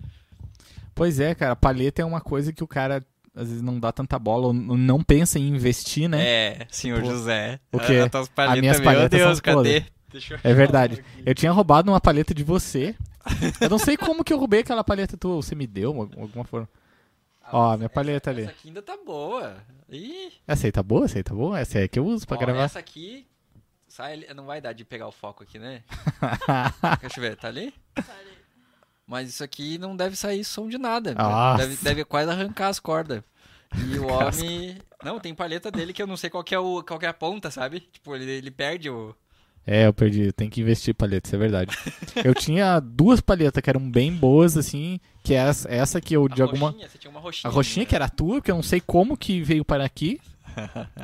Speaker 1: Pois é, cara, palheta é uma coisa que o cara às vezes não dá tanta bola ou n- não pensa em investir, né?
Speaker 2: É, senhor
Speaker 1: Pô.
Speaker 2: José.
Speaker 1: O quê?
Speaker 2: Ah, tuas palhetas,
Speaker 1: minhas
Speaker 2: meu
Speaker 1: palhetas são
Speaker 2: Deus, cadê? Deixa eu-
Speaker 1: É, verdade. Eu tinha roubado uma palheta de você. Eu não sei como que eu roubei aquela palheta tua, ou você me deu de alguma forma. Ó, minha palheta ali.
Speaker 2: Ah, Essa aqui ainda tá boa. Ih,
Speaker 1: Essa aí tá boa? Essa aí tá boa? Essa aí é que eu uso pra
Speaker 2: ó,
Speaker 1: gravar.
Speaker 2: essa aqui. Sai, ali- não vai dar de pegar o foco aqui, né? Deixa eu ver, tá ali? Mas isso aqui não deve sair som de nada.
Speaker 1: Nossa.
Speaker 2: Deve, deve quase arrancar as cordas. E o homem. Não, tem palheta dele que eu não sei qual que é, o, qual que é a ponta, sabe? Tipo, ele, ele perde o.
Speaker 1: É, eu perdi. Tem que investir palheta, isso é verdade. Eu tinha duas palhetas que eram bem boas, assim, que é essa, essa que eu,
Speaker 2: a
Speaker 1: de alguma...
Speaker 2: roxinha, você tinha uma roxinha. né?
Speaker 1: A roxinha que era tua, porque eu não sei como que veio para aqui.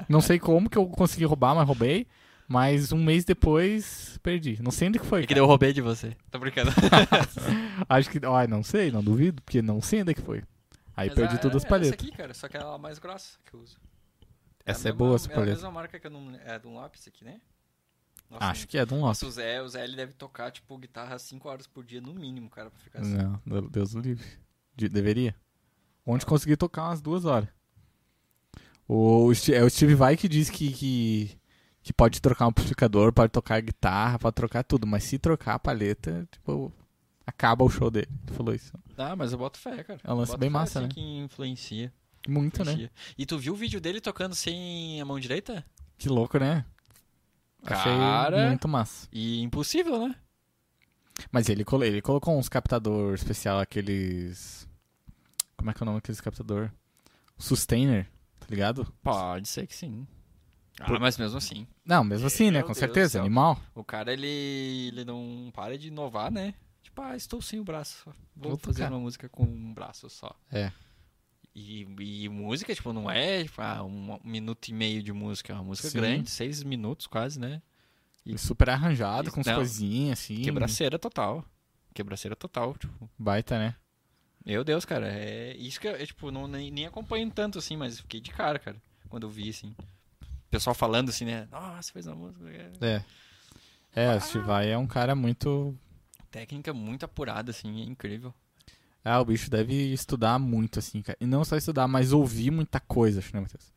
Speaker 1: Não sei como que eu consegui roubar, mas roubei. Mas um mês depois, perdi. Não sei onde que foi.
Speaker 2: É que
Speaker 1: cara.
Speaker 2: daí eu roubei de você. Tô brincando.
Speaker 1: Acho que. Ai, não sei, não duvido, porque não sei onde é que foi. Aí
Speaker 2: Mas
Speaker 1: perdi
Speaker 2: a-
Speaker 1: todas as
Speaker 2: é
Speaker 1: palhetas.
Speaker 2: Essa aqui, cara, só que ela é a mais grossa que eu uso. a
Speaker 1: Essa é
Speaker 2: mesma-
Speaker 1: boa, essa
Speaker 2: É a
Speaker 1: palheta.
Speaker 2: mesma marca que eu não. É de um lápis aqui, né? Nossa,
Speaker 1: Acho que é de um
Speaker 2: Nossa,
Speaker 1: Lopes.
Speaker 2: o Zé, o Zé ele deve tocar, tipo, guitarra 5 horas por dia no mínimo, cara, pra ficar assim.
Speaker 1: Não, meu Deus do livre. De- deveria. Onde consegui tocar umas duas horas. O, Ste- é o Steve Vai que diz que, que, que pode trocar um amplificador, pode trocar guitarra, pode trocar tudo. Mas se trocar a palheta, tipo, acaba o show dele. Ele falou isso.
Speaker 2: Ah, mas eu boto fé, cara.
Speaker 1: É um lance
Speaker 2: Boto
Speaker 1: bem
Speaker 2: fé,
Speaker 1: massa,
Speaker 2: assim,
Speaker 1: né?
Speaker 2: que influencia.
Speaker 1: Muito, né?
Speaker 2: influencia. E tu viu o vídeo dele tocando sem a mão direita?
Speaker 1: Que louco, né? Achei
Speaker 2: Cara.
Speaker 1: muito massa.
Speaker 2: E impossível, né?
Speaker 1: Mas ele, colo- ele colocou uns captador especial, aqueles. Como é que é o nome daqueles captador? Sustainer, tá ligado?
Speaker 2: Pode ser que sim. Ah,
Speaker 1: Por-
Speaker 2: mas mesmo assim.
Speaker 1: Não, mesmo assim, né?
Speaker 2: Meu
Speaker 1: Com
Speaker 2: Deus do
Speaker 1: certeza,
Speaker 2: céu.
Speaker 1: animal.
Speaker 2: O cara, ele, ele não para de inovar, né? Tipo, ah, estou sem o braço. Vou
Speaker 1: Outro
Speaker 2: fazer
Speaker 1: cara.
Speaker 2: uma música com um braço só.
Speaker 1: É.
Speaker 2: E, e música, tipo, não é tipo, ah, um minuto e meio de música. É uma música
Speaker 1: Sim.
Speaker 2: grande, seis minutos quase, né? E-
Speaker 1: Super arranjado, com as
Speaker 2: Não.
Speaker 1: coisinhas, assim.
Speaker 2: Quebraceira total. Quebraceira total, tipo.
Speaker 1: Baita, né?
Speaker 2: Meu Deus, cara. É isso que eu, eu, tipo, não, nem, nem acompanho tanto, assim, mas fiquei de cara, cara. Quando eu vi, assim. O pessoal falando, assim, né? Nossa, fez uma música. é.
Speaker 1: É. É, o Steve Vai é um cara muito.
Speaker 2: Técnica muito apurada, assim, é incrível.
Speaker 1: Ah, o bicho deve estudar muito, assim, cara. E não só estudar, mas ouvir muita coisa, acho, né, Matheus?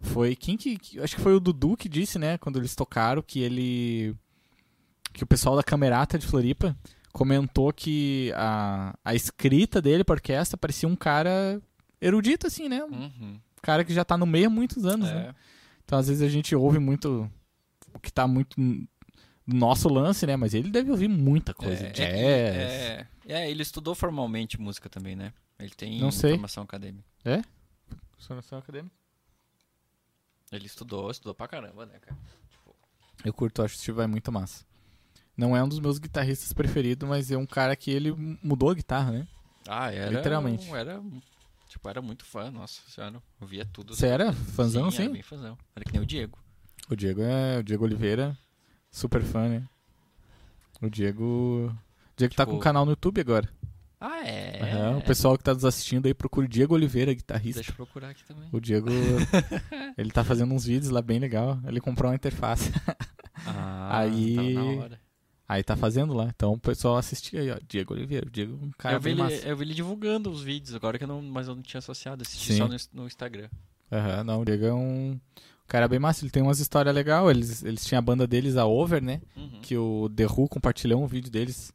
Speaker 1: Foi. Quem que. que- Acho que foi o Dudu que disse, né, quando eles tocaram, que ele. Que o pessoal da Camerata de Floripa comentou que a, a escrita dele pra orquestra parecia um cara erudito, assim, né? Um
Speaker 2: Uhum.
Speaker 1: cara que já tá no meio há muitos anos, né?
Speaker 2: É.
Speaker 1: Então, às vezes, a gente ouve muito o que tá muito no nosso lance, né? Mas ele deve ouvir muita coisa.
Speaker 2: É,
Speaker 1: jazz.
Speaker 2: é, é, é, ele estudou formalmente música também, né? Ele tem
Speaker 1: Não sei.
Speaker 2: formação acadêmica.
Speaker 1: Sonoração acadêmica.
Speaker 2: Ele estudou, estudou pra caramba, né, cara?
Speaker 1: Eu curto, acho que Steve vai muito massa. Não é um dos meus guitarristas preferidos, mas é um cara que ele mudou a guitarra, né?
Speaker 2: Ah, era.
Speaker 1: Literalmente.
Speaker 2: um- Era, um- tipo, era muito fã, nossa senhora. Eu via tudo.
Speaker 1: Você era fãzão,
Speaker 2: Sim, Era
Speaker 1: sim?
Speaker 2: bem fãzão. Era que nem o Diego.
Speaker 1: O Diego é. O Diego Oliveira, super fã, né? O Diego. O Diego tá
Speaker 2: Tipo-
Speaker 1: com um canal no YouTube agora.
Speaker 2: Ah, é.
Speaker 1: Aham, o pessoal é que tá nos assistindo aí procura o Diego Oliveira, guitarrista.
Speaker 2: Deixa eu procurar aqui também.
Speaker 1: O Diego, ele tá fazendo uns vídeos lá bem legal. Ele comprou uma interface.
Speaker 2: Ah,
Speaker 1: Aí-
Speaker 2: tava na hora.
Speaker 1: Aí tá fazendo lá. Então o pessoal assistir aí, ó. Diego Oliveira. O Diego, é um cara
Speaker 2: eu, vi
Speaker 1: bem massa.
Speaker 2: ele, eu vi ele divulgando os vídeos agora, que eu não, mas eu não tinha associado. Assisti
Speaker 1: Sim.
Speaker 2: só no, ins- no Instagram.
Speaker 1: Aham, não, o Diego é um cara bem massa. Ele tem umas histórias legais. Eles, eles tinham a banda deles, a Over, né?
Speaker 2: Uhum.
Speaker 1: Que o The Who compartilhou um vídeo deles.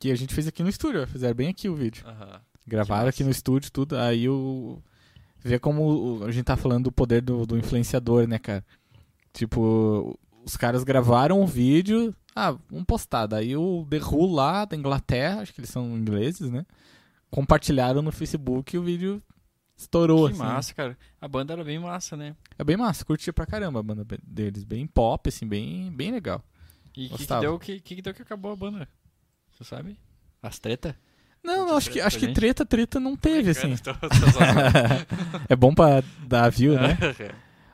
Speaker 1: Que a gente fez aqui no estúdio. ó. Fizeram bem aqui o vídeo.
Speaker 2: Aham.
Speaker 1: Gravaram aqui no estúdio, tudo. Aí o. Vê como o- a gente tá falando do poder do, do influenciador, né, cara? Tipo, os caras gravaram um vídeo. Ah, vamos postar. Daí o The Who lá da Inglaterra, acho que eles são ingleses, né? Compartilharam no Facebook e o vídeo estourou.
Speaker 2: Que
Speaker 1: assim.
Speaker 2: massa, cara. A banda era bem massa, né?
Speaker 1: É bem massa, curtia pra caramba a banda be- deles. Bem pop, assim, bem, bem legal.
Speaker 2: E o que, que
Speaker 1: Gostava.
Speaker 2: deu que, que que deu que acabou a banda? Você sabe? As treta?
Speaker 1: Não,
Speaker 2: Curtiu
Speaker 1: eu acho que,
Speaker 2: treta
Speaker 1: acho
Speaker 2: com a
Speaker 1: que
Speaker 2: gente?
Speaker 1: treta, treta não teve, assim.
Speaker 2: Tô- tô zoando.
Speaker 1: é bom pra dar view,
Speaker 2: É.
Speaker 1: né?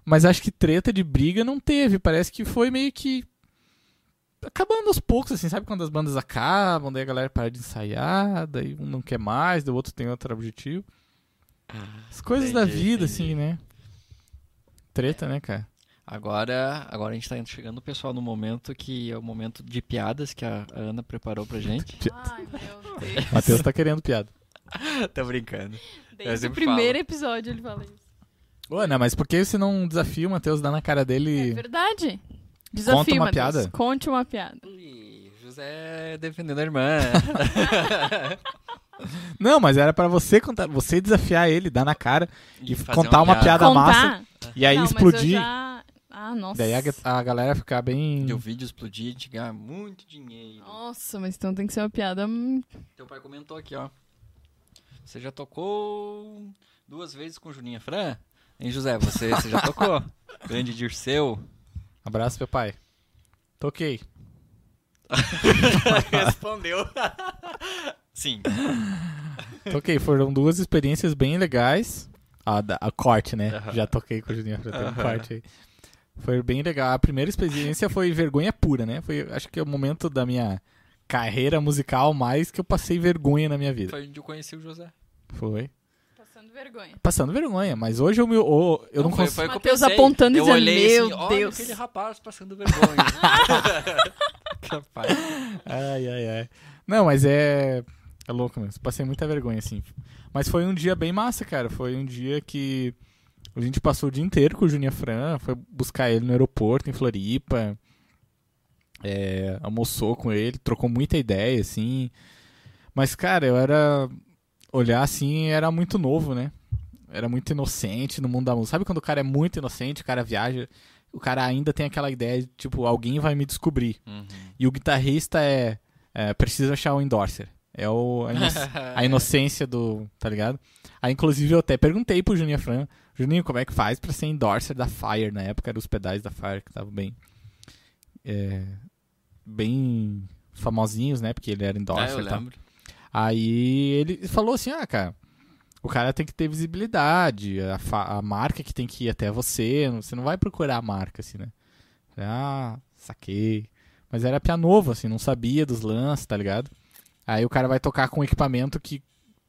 Speaker 1: Mas acho que treta de briga não teve. Parece que foi meio que. Acabando aos poucos, assim, sabe? Quando as bandas acabam, daí a galera para de ensaiar, daí um não quer mais, daí o outro tem outro objetivo. As coisas da
Speaker 2: Ah, entendi,
Speaker 1: vida,
Speaker 2: entendi.
Speaker 1: assim, né? Treta, né, cara?
Speaker 2: Agora, agora a gente tá chegando, pessoal, no momento que é o momento de piadas que a a Ana preparou pra gente.
Speaker 3: Ai, meu Deus.
Speaker 1: Matheus tá querendo piada.
Speaker 2: tá brincando. Eu
Speaker 3: Desde o
Speaker 2: sempre
Speaker 3: primeiro episódio ele fala isso.
Speaker 1: Ô, Ana, mas por que você não desafia o Matheus dar na cara
Speaker 3: É
Speaker 1: dele?
Speaker 3: verdade. Desafio,
Speaker 1: Conta uma
Speaker 3: Matheus.
Speaker 1: piada.
Speaker 3: Conte uma piada.
Speaker 2: José é defendendo a irmã.
Speaker 1: não, mas era pra você contar, você desafiar ele, dar na cara, E
Speaker 2: fazer um
Speaker 1: contar uma piada-
Speaker 3: Contar?
Speaker 1: massa,
Speaker 2: Ah.
Speaker 1: e aí
Speaker 3: Não, Mas eu
Speaker 1: explodir.
Speaker 3: já... Ah, nossa.
Speaker 1: Daí a, a galera ficar bem.
Speaker 2: E o vídeo explodir e te ganhar muito dinheiro.
Speaker 3: Nossa, mas então tem que ser uma piada. hum,
Speaker 2: Teu pai comentou aqui, ó. Você já tocou duas vezes com Juninha Fran? Hein, José? Você, você já tocou? Grande Dirceu.
Speaker 1: Abraço, meu pai. Toquei.
Speaker 2: Respondeu. Sim.
Speaker 1: Então, Ok, foram duas experiências bem legais. A, da- a corte, né?
Speaker 2: Aham.
Speaker 1: Já toquei com o Juninho, já tem um
Speaker 2: Aham.
Speaker 1: corte aí. Foi bem legal. A primeira experiência foi vergonha pura, né? Foi, acho que é o momento da minha carreira musical mais que eu passei vergonha na minha vida.
Speaker 2: Foi onde eu conheci o José.
Speaker 1: Foi.
Speaker 3: Passando vergonha.
Speaker 1: Passando vergonha, mas hoje eu, me, eu, eu não,
Speaker 2: foi-
Speaker 1: consigo.
Speaker 2: foi o que eu
Speaker 3: Matheus
Speaker 2: pensei.
Speaker 3: apontando e
Speaker 2: Eu
Speaker 3: dizendo,
Speaker 2: olhei assim,
Speaker 3: "Meu
Speaker 2: olha
Speaker 3: Deus."
Speaker 2: aquele rapaz passando vergonha. Capaz.
Speaker 1: Ai, ai, ai. Não, mas é. É louco mesmo. Passei muita vergonha, assim. Mas foi um dia bem massa, cara. Foi um dia que a gente passou o dia inteiro com o Juninho Fran. Foi buscar ele no aeroporto, em Floripa. É, almoçou com ele, trocou muita ideia, assim. Mas, cara, eu era. Olhar assim, era muito novo, né? Era muito inocente no mundo da música. Sabe quando o cara é muito inocente, o cara viaja, o cara ainda tem aquela ideia de, tipo, alguém vai me descobrir. E o guitarrista é, é, precisa achar o endorser. É o, a, ino- a inocência do. Tá ligado? Aí, inclusive, eu até perguntei pro Juninho Fran: Juninho, como é que faz pra ser endorser da Fire? Na época eram os pedais da Fire que estavam bem. é, bem famosinhos, né? Porque ele era
Speaker 2: Ah, eu
Speaker 1: endorser. e tal.
Speaker 2: lembro.
Speaker 1: Aí ele falou assim: ah, cara, o cara tem que ter visibilidade, a, fa- a marca que tem que ir até você, não- você não vai procurar a marca, assim, né? Falei, Ah, saquei. Mas era pia novo, assim, não sabia dos lances, tá ligado? Aí o cara vai tocar com um equipamento que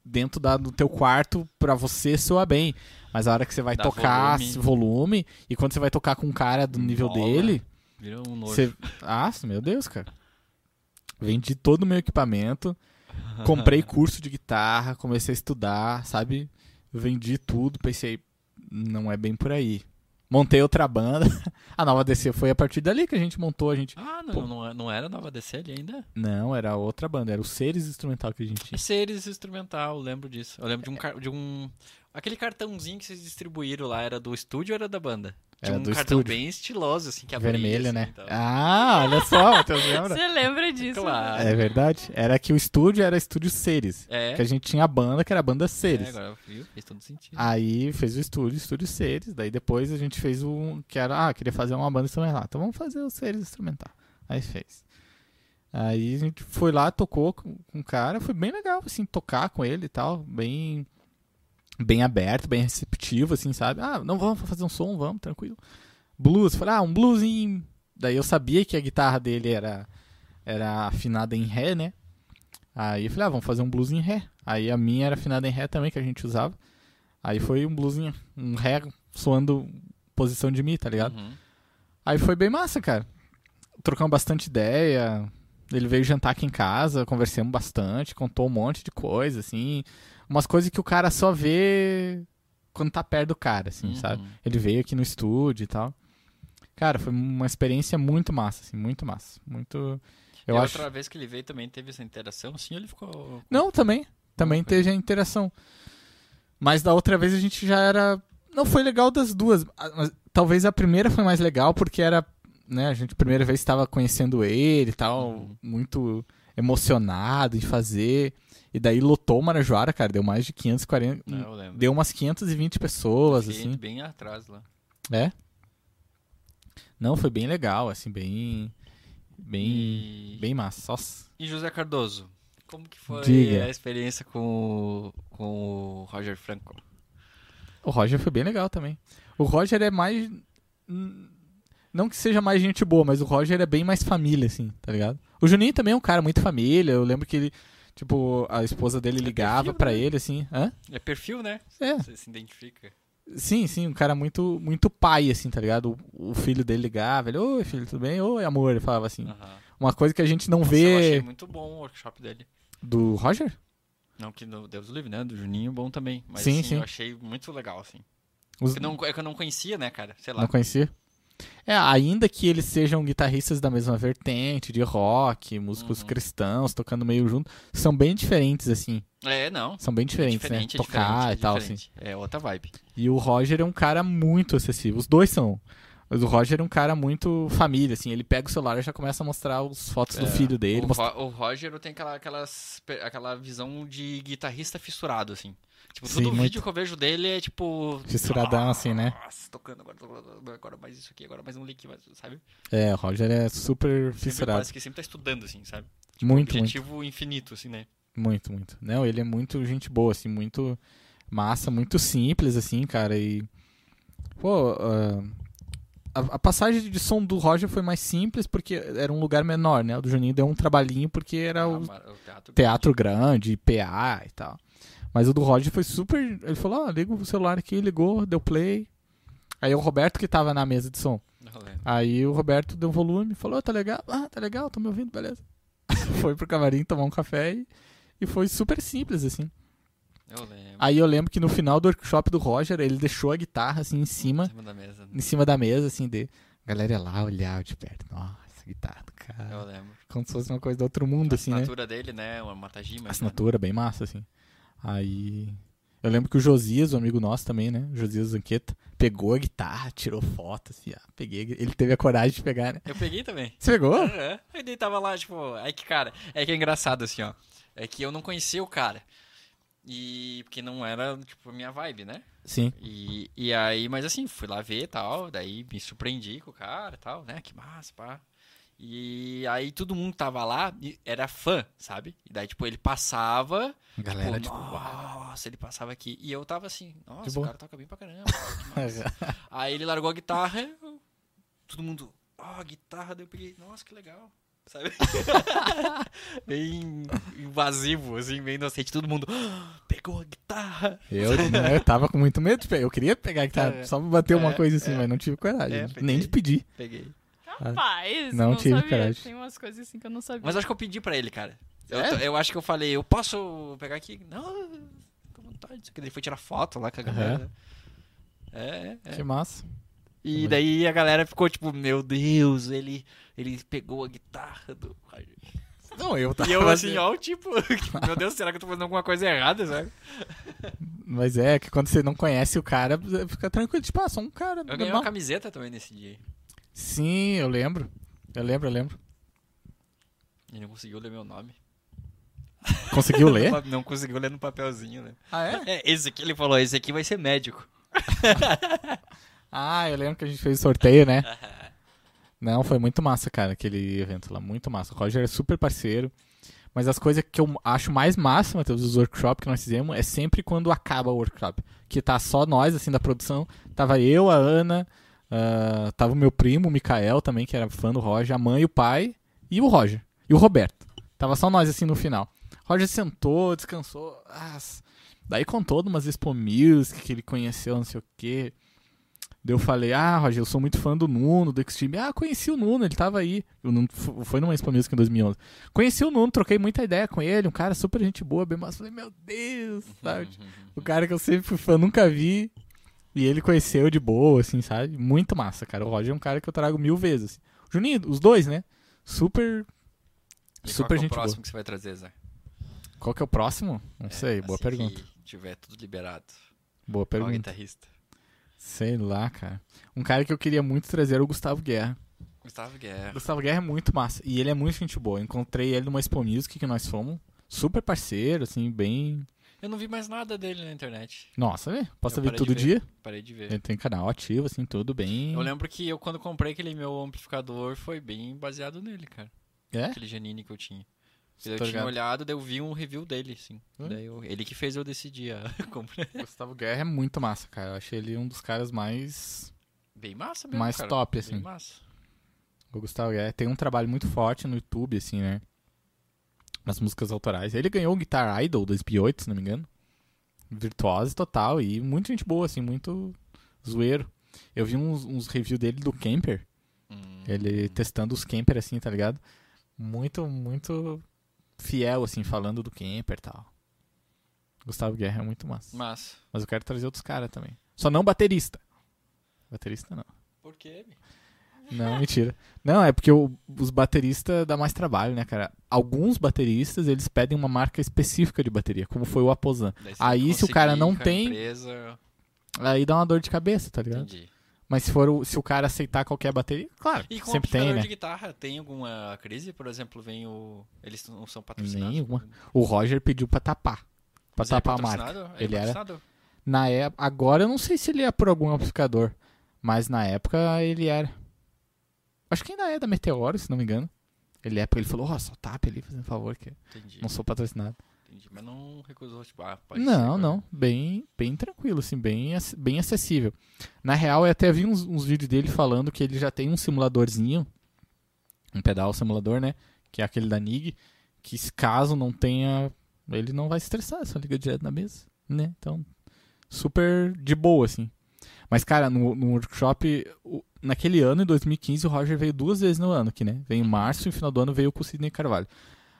Speaker 1: dentro da- do teu quarto pra você soa bem. Mas a hora que você vai
Speaker 2: Dá
Speaker 1: tocar
Speaker 2: volume.
Speaker 1: esse volume, e quando você vai tocar com um cara do nível
Speaker 2: Bola.
Speaker 1: dele,
Speaker 2: Virou um nojo.
Speaker 1: você... Ah, meu Deus, cara. Vendi todo o meu equipamento, comprei curso de guitarra, comecei a estudar, sabe? Vendi tudo, pensei, não é bem por aí. Montei outra banda. A nova DC foi a partir dali que a gente montou, a gente.
Speaker 2: Ah,
Speaker 1: Pô.
Speaker 2: não, não, é- não era Nova DC ali ainda?
Speaker 1: Não, era outra banda, era o Seres Instrumental que a gente
Speaker 2: É
Speaker 1: tinha.
Speaker 2: Seres Instrumental, eu lembro disso. Eu lembro de um, ca- de um, Aquele cartãozinho que vocês distribuíram lá era do estúdio ou era da banda?
Speaker 1: Era
Speaker 2: Tinha um
Speaker 1: do
Speaker 2: cartão
Speaker 1: estúdio.
Speaker 2: bem estiloso, assim, que abria.
Speaker 1: Vermelho,
Speaker 2: assim,
Speaker 1: né?
Speaker 2: então.
Speaker 1: Ah, olha só, Matheus, lembra?
Speaker 3: Você lembra disso?
Speaker 2: Claro.
Speaker 1: É verdade. Era que o estúdio era Estúdio Seres.
Speaker 2: É.
Speaker 1: Que a gente tinha a banda, que era a banda Seres. Ah,
Speaker 2: É, agora viu? Fez todo sentido.
Speaker 1: Aí fez o estúdio, estúdio Seres. Daí depois a gente fez um. Que era, ah, queria fazer uma banda instrumental. Então vamos fazer o Seres instrumental. Aí fez. Aí a gente foi lá, tocou com com o cara. Foi bem legal, assim, tocar com ele e tal. Bem. Bem aberto, bem receptivo, assim, sabe? Ah, não vamos fazer um som, vamos, tranquilo. Blues, falei, ah, um bluesinho. Daí eu sabia que a guitarra dele era, era afinada em ré, né? Aí eu falei, ah, vamos fazer um blues em ré. Aí a minha era afinada em ré também, que a gente usava. Aí foi um bluesinho, um ré soando posição de mi, tá ligado?
Speaker 2: Uhum.
Speaker 1: Aí foi bem massa, cara. Trocamos bastante ideia. Ele veio jantar aqui em casa, conversamos bastante, contou um monte de coisa, assim. Umas coisas que o cara só vê quando tá perto do cara, assim,
Speaker 2: Uhum.
Speaker 1: sabe? Ele veio aqui no estúdio e tal. Cara, foi uma experiência muito massa, assim, muito massa. Muito. Eu
Speaker 2: e
Speaker 1: acho.
Speaker 2: outra vez que ele veio também teve essa interação, assim, ele ficou.
Speaker 1: Não, também. Também
Speaker 2: Ok.
Speaker 1: teve a interação. Mas da outra vez a gente já era. Não foi legal das duas. Ah, mas Talvez a primeira foi mais legal porque era. Né, a gente, primeira vez, estava conhecendo ele e tal,
Speaker 2: Uhum.
Speaker 1: muito emocionado em fazer. E daí lotou o Marajoara, cara, deu mais de 540.
Speaker 2: Não, né, eu lembro.
Speaker 1: Deu umas 520 pessoas,
Speaker 2: Fiquei
Speaker 1: assim.
Speaker 2: bem atrás lá. É?
Speaker 1: Não, foi bem legal, assim, bem. Bem.
Speaker 2: E...
Speaker 1: Bem massa. Nossa.
Speaker 2: e José Cardoso, como que foi
Speaker 1: Diga.
Speaker 2: a experiência com o, com o Roger Franco?
Speaker 1: O Roger foi bem legal também. O Roger é mais. hum, Não que seja mais gente boa, mas o Roger é bem mais família, assim, tá ligado? O Juninho também é um cara muito família. Eu lembro que ele, tipo, a esposa dele
Speaker 2: É
Speaker 1: ligava
Speaker 2: perfil,
Speaker 1: pra
Speaker 2: né?
Speaker 1: ele, assim. Hã?
Speaker 2: É perfil, né?
Speaker 1: É.
Speaker 2: Você se identifica.
Speaker 1: Sim, sim, um cara muito, muito pai, assim, tá ligado? O, o filho dele ligava, ele, oi filho, tudo bem? Oi, amor, ele falava assim.
Speaker 2: Aham.
Speaker 1: Uma coisa que a gente não
Speaker 2: Hum. Nossa, eu achei
Speaker 1: vê
Speaker 2: muito bom o workshop dele.
Speaker 1: do Roger?
Speaker 2: Não que no Deus livre, né? Do Juninho, bom também. Mas
Speaker 1: Sim,
Speaker 2: assim,
Speaker 1: sim.
Speaker 2: eu achei muito legal, assim.
Speaker 1: Os-
Speaker 2: Porque não, é que eu não conhecia, né, cara? Sei lá.
Speaker 1: Não conhecia? É, ainda que eles sejam guitarristas da mesma vertente, de rock, músicos
Speaker 2: Uhum.
Speaker 1: cristãos, tocando meio junto, são bem diferentes, assim.
Speaker 2: É, não.
Speaker 1: São bem
Speaker 2: É
Speaker 1: diferentes,
Speaker 2: diferente, é
Speaker 1: né? Tocar
Speaker 2: diferente,
Speaker 1: e
Speaker 2: é
Speaker 1: tal, assim.
Speaker 2: diferente. É outra vibe.
Speaker 1: E o Roger é um cara muito acessível. Os dois são. Mas o Roger é um cara muito família, assim. Ele pega o celular e já começa a mostrar as fotos do
Speaker 2: É.
Speaker 1: filho dele.
Speaker 2: o,
Speaker 1: mostra-
Speaker 2: Ro- o Roger tem aquela, aquelas, pe- aquela visão de guitarrista fissurado, assim. Tipo,
Speaker 1: Sim,
Speaker 2: todo
Speaker 1: muito.
Speaker 2: vídeo que eu vejo dele é tipo.
Speaker 1: Fissuradão, assim, né?
Speaker 2: Nossa, tocando agora, agora, agora mais isso aqui, agora mais um link, mais, sabe? Sempre
Speaker 1: É, o Roger é super fissurado.
Speaker 2: Parece que sempre tá estudando, assim, sabe?
Speaker 1: Muito, muito,
Speaker 2: Objetivo infinito, assim, né?
Speaker 1: muito, muito. Não, ele é muito gente boa, assim, muito massa, muito simples, assim, cara. E. Pô, ah, a, a passagem de som do Roger foi mais simples porque era um lugar menor, né? O do Juninho deu um trabalhinho porque era É o
Speaker 2: Ah, o teatro.
Speaker 1: teatro grande, PA e tal. Mas o do Roger foi super. Ele falou: ah, liga o celular aqui, ligou, deu play. Aí o Roberto que tava na mesa de som.
Speaker 2: Não lembro.
Speaker 1: Aí o Roberto deu volume, falou: "Ah, tá legal, ah, tá legal, tô me ouvindo, beleza. foi pro camarim tomar um café e, e foi super simples, assim.
Speaker 2: Eu lembro.
Speaker 1: Aí eu lembro que no final do workshop do Roger, ele deixou a guitarra, assim, em
Speaker 2: Em
Speaker 1: cima,
Speaker 2: cima da mesa. né?
Speaker 1: em cima da mesa, assim, de. A galera ia lá olhar de perto. Nossa, guitarra do
Speaker 2: Eu
Speaker 1: cara.
Speaker 2: lembro.
Speaker 1: Como se fosse uma coisa do outro mundo,
Speaker 2: a
Speaker 1: assim, né?
Speaker 2: assinatura dele, né? Uma Matajima.
Speaker 1: A assinatura bem massa, assim. Aí. Eu lembro que o Josias, um amigo nosso também, né? Josias Zanqueta, pegou a guitarra, tirou foto, assim, ah, peguei. a gui- Ele teve a coragem de pegar, né?
Speaker 2: Eu peguei também.
Speaker 1: Você pegou?
Speaker 2: Aham. Aí daí tava lá, tipo, aí que, cara, é que é engraçado assim, ó. É que eu não conhecia o cara. E porque não era, tipo, a minha vibe, né?
Speaker 1: Sim.
Speaker 2: E, e aí, mas assim, fui lá ver e tal, daí me surpreendi com o cara e tal, né? Que massa, pá. E aí todo mundo tava lá e era fã, sabe? E daí, tipo, ele passava, tipo,
Speaker 1: Galera, tipo.
Speaker 2: nossa, ele passava aqui. E eu tava assim, nossa, o
Speaker 1: boa.
Speaker 2: cara toca bem pra caramba. que massa. Aí ele largou a guitarra, eu- todo mundo, ó, a guitarra, daí eu peguei, nossa, que legal. Sabe? bem invasivo, assim, bem inocente, todo mundo, "Ah, pegou a guitarra.
Speaker 1: eu, né, eu tava com muito medo de pegar. Eu queria pegar a guitarra,
Speaker 2: É.
Speaker 1: só pra bater uma
Speaker 2: É,
Speaker 1: coisa assim,
Speaker 2: é.
Speaker 1: mas não tive coragem.
Speaker 2: É,
Speaker 1: nem de pedir.
Speaker 2: Peguei.
Speaker 3: Ah, Rapaz,
Speaker 1: Não
Speaker 3: não,
Speaker 1: tive
Speaker 3: sabia.
Speaker 1: coragem.
Speaker 3: Tem umas coisas assim que eu não sabia.
Speaker 2: Mas acho que eu pedi pra ele, cara. Eu,
Speaker 1: É?
Speaker 2: tô- eu acho que eu falei, eu posso pegar aqui? Não, fica à vontade. isso aqui. Ele foi tirar foto lá com a
Speaker 1: Aham.
Speaker 2: galera. né? É, é, é.
Speaker 1: Que massa.
Speaker 2: E daí a galera ficou tipo, meu Deus, ele, ele pegou a guitarra do Roger."
Speaker 1: Não, eu tava. assim.
Speaker 2: assim, E eu assim, ó, o tipo, meu Deus, será que eu tô fazendo alguma coisa errada, sabe?
Speaker 1: Mas é que quando você não conhece o cara, fica tranquilo. Tipo, ah, só um cara.
Speaker 2: Eu ganhei
Speaker 1: normal.
Speaker 2: uma camiseta também nesse dia.
Speaker 1: Sim, eu lembro. Eu lembro, eu lembro.
Speaker 2: E não conseguiu ler meu nome.
Speaker 1: Conseguiu ler?
Speaker 2: Não, não conseguiu ler no papelzinho, né?
Speaker 1: ah, é?
Speaker 2: É, esse aqui, ele falou, esse aqui vai ser médico.
Speaker 1: Ah, eu lembro que a gente fez sorteio, né? Não, foi muito massa, cara, aquele evento lá. Muito massa. O Roger é super parceiro. Mas as coisas que eu acho mais massa, Matheus, dos workshops que nós fizemos, é sempre quando acaba o workshop. Que tá só nós, assim, da produção. Tava eu, a Ana, ah, tava o meu primo, o Mikael também, que era fã do Roger, a mãe, o pai e o Roger. E o Roberto. Tava só nós, assim, no final. Roger sentou, descansou. ah, daí contou de umas Expo Music que ele conheceu, não sei o quê. Daí eu falei, ah, Roger, eu sou muito fã do Nuno, do Xtreme. Ah, conheci o Nuno, ele tava aí. O Nuno fo- foi numa Expo Music em 2011. Conheci o Nuno, troquei muita ideia com ele, um cara super gente boa, bem massa. Falei, meu Deus,
Speaker 2: Uhum.
Speaker 1: sabe? O cara que eu sempre fui fã, nunca vi. E ele conheceu de boa, assim, sabe? Muito massa, cara. O Roger é um cara que eu trago mil vezes. assim. Juninho, os dois, né? Super.
Speaker 2: E
Speaker 1: Super
Speaker 2: qual que é o
Speaker 1: gente boa.
Speaker 2: próximo que você vai trazer, Zé?
Speaker 1: Qual que é o próximo? Não sei, boa
Speaker 2: Assim
Speaker 1: pergunta.
Speaker 2: Que então. tiver tudo liberado. tá
Speaker 1: Boa
Speaker 2: Qual
Speaker 1: pergunta.
Speaker 2: guitarrista?
Speaker 1: Sei lá, cara. Um cara que eu queria muito trazer era o Gustavo Guerra.
Speaker 2: Gustavo Guerra.
Speaker 1: Gustavo Guerra é muito massa. E ele é muito gente boa. Eu encontrei ele numa Expo Music que nós fomos. Super parceiro, assim, bem.
Speaker 2: Eu não vi mais nada dele na internet.
Speaker 1: Nossa, né? Posso
Speaker 2: Eu
Speaker 1: ver
Speaker 2: parei
Speaker 1: todo
Speaker 2: de ver.
Speaker 1: dia.
Speaker 2: Parei de ver.
Speaker 1: Ele tem canal ativo, assim, tudo bem.
Speaker 2: Eu lembro que eu, quando comprei aquele meu amplificador, foi bem baseado nele, cara.
Speaker 1: É?
Speaker 2: Aquele Janine que eu tinha.
Speaker 1: Tô
Speaker 2: eu tinha
Speaker 1: tá ligado.
Speaker 2: olhado, daí eu vi um review dele, assim.
Speaker 1: Hum.
Speaker 2: Daí eu- ele que fez eu decidir a compra.
Speaker 1: Gustavo Guerra é muito massa, cara. Eu achei ele um dos caras mais.
Speaker 2: Bem massa mesmo,
Speaker 1: Mais
Speaker 2: cara.
Speaker 1: top,
Speaker 2: Bem
Speaker 1: assim.
Speaker 2: massa.
Speaker 1: O Gustavo Guerra tem um trabalho muito forte no YouTube, assim, né? Nas músicas autorais. Ele ganhou o Guitar Idol 2008, se não me engano. Virtuose total e muito gente boa, assim, muito zoeiro. Eu vi uns, uns reviews dele do Camper.
Speaker 2: Hum.
Speaker 1: Ele testando os camper, assim, tá ligado? Muito, muito fiel, assim, falando do camper e tal. Gustavo Guerra é muito massa.
Speaker 2: Massa.
Speaker 1: Mas eu quero trazer outros caras também. Só não baterista. Baterista não.
Speaker 2: Por quê? meu?
Speaker 1: Não, mentira. Não, é porque o- os bateristas dá mais trabalho, né, cara? Alguns bateristas, eles pedem uma marca específica de bateria, como foi o Aposan.
Speaker 2: Daí você
Speaker 1: Aí,
Speaker 2: tem que
Speaker 1: se o cara
Speaker 2: conseguir
Speaker 1: não
Speaker 2: com a
Speaker 1: tem-
Speaker 2: Empresa...
Speaker 1: Aí dá uma dor de cabeça, tá ligado?
Speaker 2: Entendi.
Speaker 1: Mas se, for o, se o cara aceitar qualquer bateria, claro,
Speaker 2: E com
Speaker 1: sempre tem,
Speaker 2: amplificador
Speaker 1: né?
Speaker 2: de guitarra, tem alguma crise? Por exemplo, vem o... Eles não são patrocinados?
Speaker 1: Nenhuma. O Roger pediu pra tapar. Pra
Speaker 2: Mas ele é
Speaker 1: tapar a marca.
Speaker 2: patrocinado? É
Speaker 1: Ele era-
Speaker 2: patrocinado?
Speaker 1: Na época, agora eu não sei se ele é por algum amplificador, mas na época ele era. Acho que ainda é da Meteoro, se não me engano. Ele é, porque ele falou, ó, só tapa ali, fazendo favor, que eu
Speaker 2: Entendi.
Speaker 1: não sou patrocinado.
Speaker 2: Entendi. Mas não recusou, tipo, ah, pode ser
Speaker 1: Não,
Speaker 2: agora.
Speaker 1: não, bem, bem tranquilo, assim, bem, ac- bem acessível. Na real, eu até vi uns, uns vídeos dele falando que ele já tem um simuladorzinho, um pedal simulador, né, que é aquele da Nig, que se caso não tenha, ele não vai se estressar, só liga direto na mesa, né, então super de boa, assim. Mas, cara, no, no workshop, o- naquele ano, em 2015, o Roger veio duas vezes no ano aqui, né? Veio em março e no final do ano veio com o Sidney Carvalho.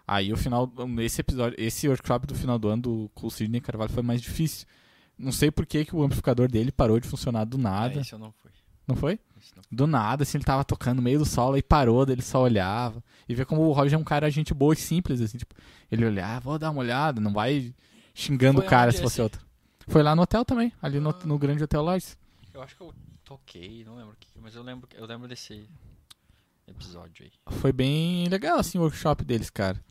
Speaker 1: Aí o final, esse episódio, esse workshop do final do ano do, com o Sidney Carvalho foi mais difícil. Não sei por que, que o amplificador dele parou de funcionar do
Speaker 2: Ah,
Speaker 1: nada.
Speaker 2: esse eu não fui.
Speaker 1: não foi?
Speaker 2: Esse não-
Speaker 1: Do nada, assim, ele tava tocando no meio do solo e parou, daí ele só olhava. E vê como o Roger é um cara gente boa e simples, assim, tipo, ele olhava, vou dar uma olhada, não vai xingando
Speaker 2: Foi
Speaker 1: o cara
Speaker 2: aonde
Speaker 1: se fosse
Speaker 2: esse?
Speaker 1: outro. Foi lá no hotel também, ali no, no grande hotel Lodge.
Speaker 2: Eu acho que eu toquei, não lembro o que, mas eu lembro, eu lembro desse episódio aí.
Speaker 1: Foi bem legal, assim, o workshop deles, cara.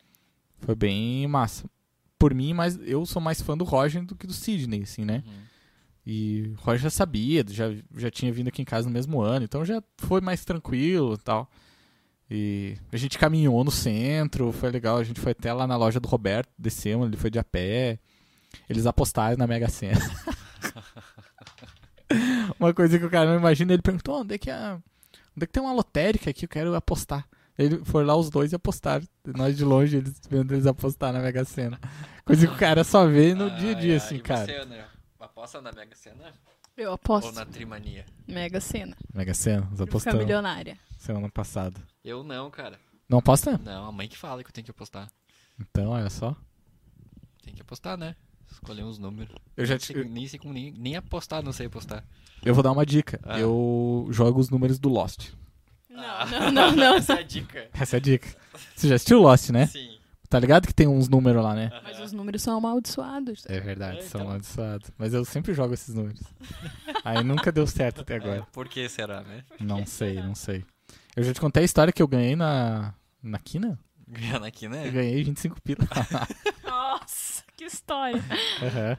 Speaker 1: Foi bem massa. Por mim, mas eu sou mais fã do Roger do que do Sidney, assim, né?
Speaker 2: Uhum.
Speaker 1: E o Roger já sabia, já, já tinha vindo aqui em casa no mesmo ano, então já foi mais tranquilo e tal. E a gente caminhou no centro, foi legal. A gente foi até lá na loja do Roberto, descemos, ele foi de a pé. Eles apostaram na Mega Sena. uma coisa que o cara não imagina, ele perguntou: onde é que é? Onde é que tem uma lotérica aqui? Eu quero apostar. Ele foi lá os dois e apostaram. Nós de longe, eles vendo eles apostar na Mega Sena. Coisa que o cara só vê no dia a dia,
Speaker 2: Ai, ai,
Speaker 1: assim,
Speaker 2: e
Speaker 1: cara.
Speaker 2: Você, André, aposta na Mega Sena
Speaker 3: Eu
Speaker 2: ou
Speaker 3: aposto.
Speaker 2: na Trimania?
Speaker 3: Mega Sena.
Speaker 1: Mega Sena, nós
Speaker 3: Pra ficar
Speaker 1: apostamos
Speaker 3: milionária.
Speaker 1: semana passada.
Speaker 2: Eu não, cara.
Speaker 1: Não aposta?
Speaker 2: Não, a mãe que fala que eu tenho que apostar.
Speaker 1: Então, olha só.
Speaker 2: Tem que apostar, né? Escolher uns números.
Speaker 1: Eu já
Speaker 2: Nem sei- nem sei como nem, nem apostar, não sei apostar.
Speaker 1: Eu vou dar uma dica.
Speaker 2: Ah.
Speaker 1: Eu jogo os números do Lost.
Speaker 3: Não, não, não, não.
Speaker 2: Essa é a dica.
Speaker 1: Essa é a dica. Você já assistiu Lost, né?
Speaker 2: Sim.
Speaker 1: Tá ligado que tem uns números lá, né?
Speaker 3: Mas é. os números são amaldiçoados.
Speaker 1: É verdade,
Speaker 2: É,
Speaker 1: são
Speaker 2: então.
Speaker 1: amaldiçoados. Mas eu sempre jogo esses números. Aí nunca deu certo até agora.
Speaker 2: É. Por que será, né?
Speaker 1: Não sei, não sei. Eu já te contei a história que eu ganhei na. Na quina?
Speaker 2: Ganhando aqui,
Speaker 1: Eu
Speaker 2: né?
Speaker 1: ganhei 25 pila.
Speaker 3: Nossa, que história.
Speaker 1: Aham.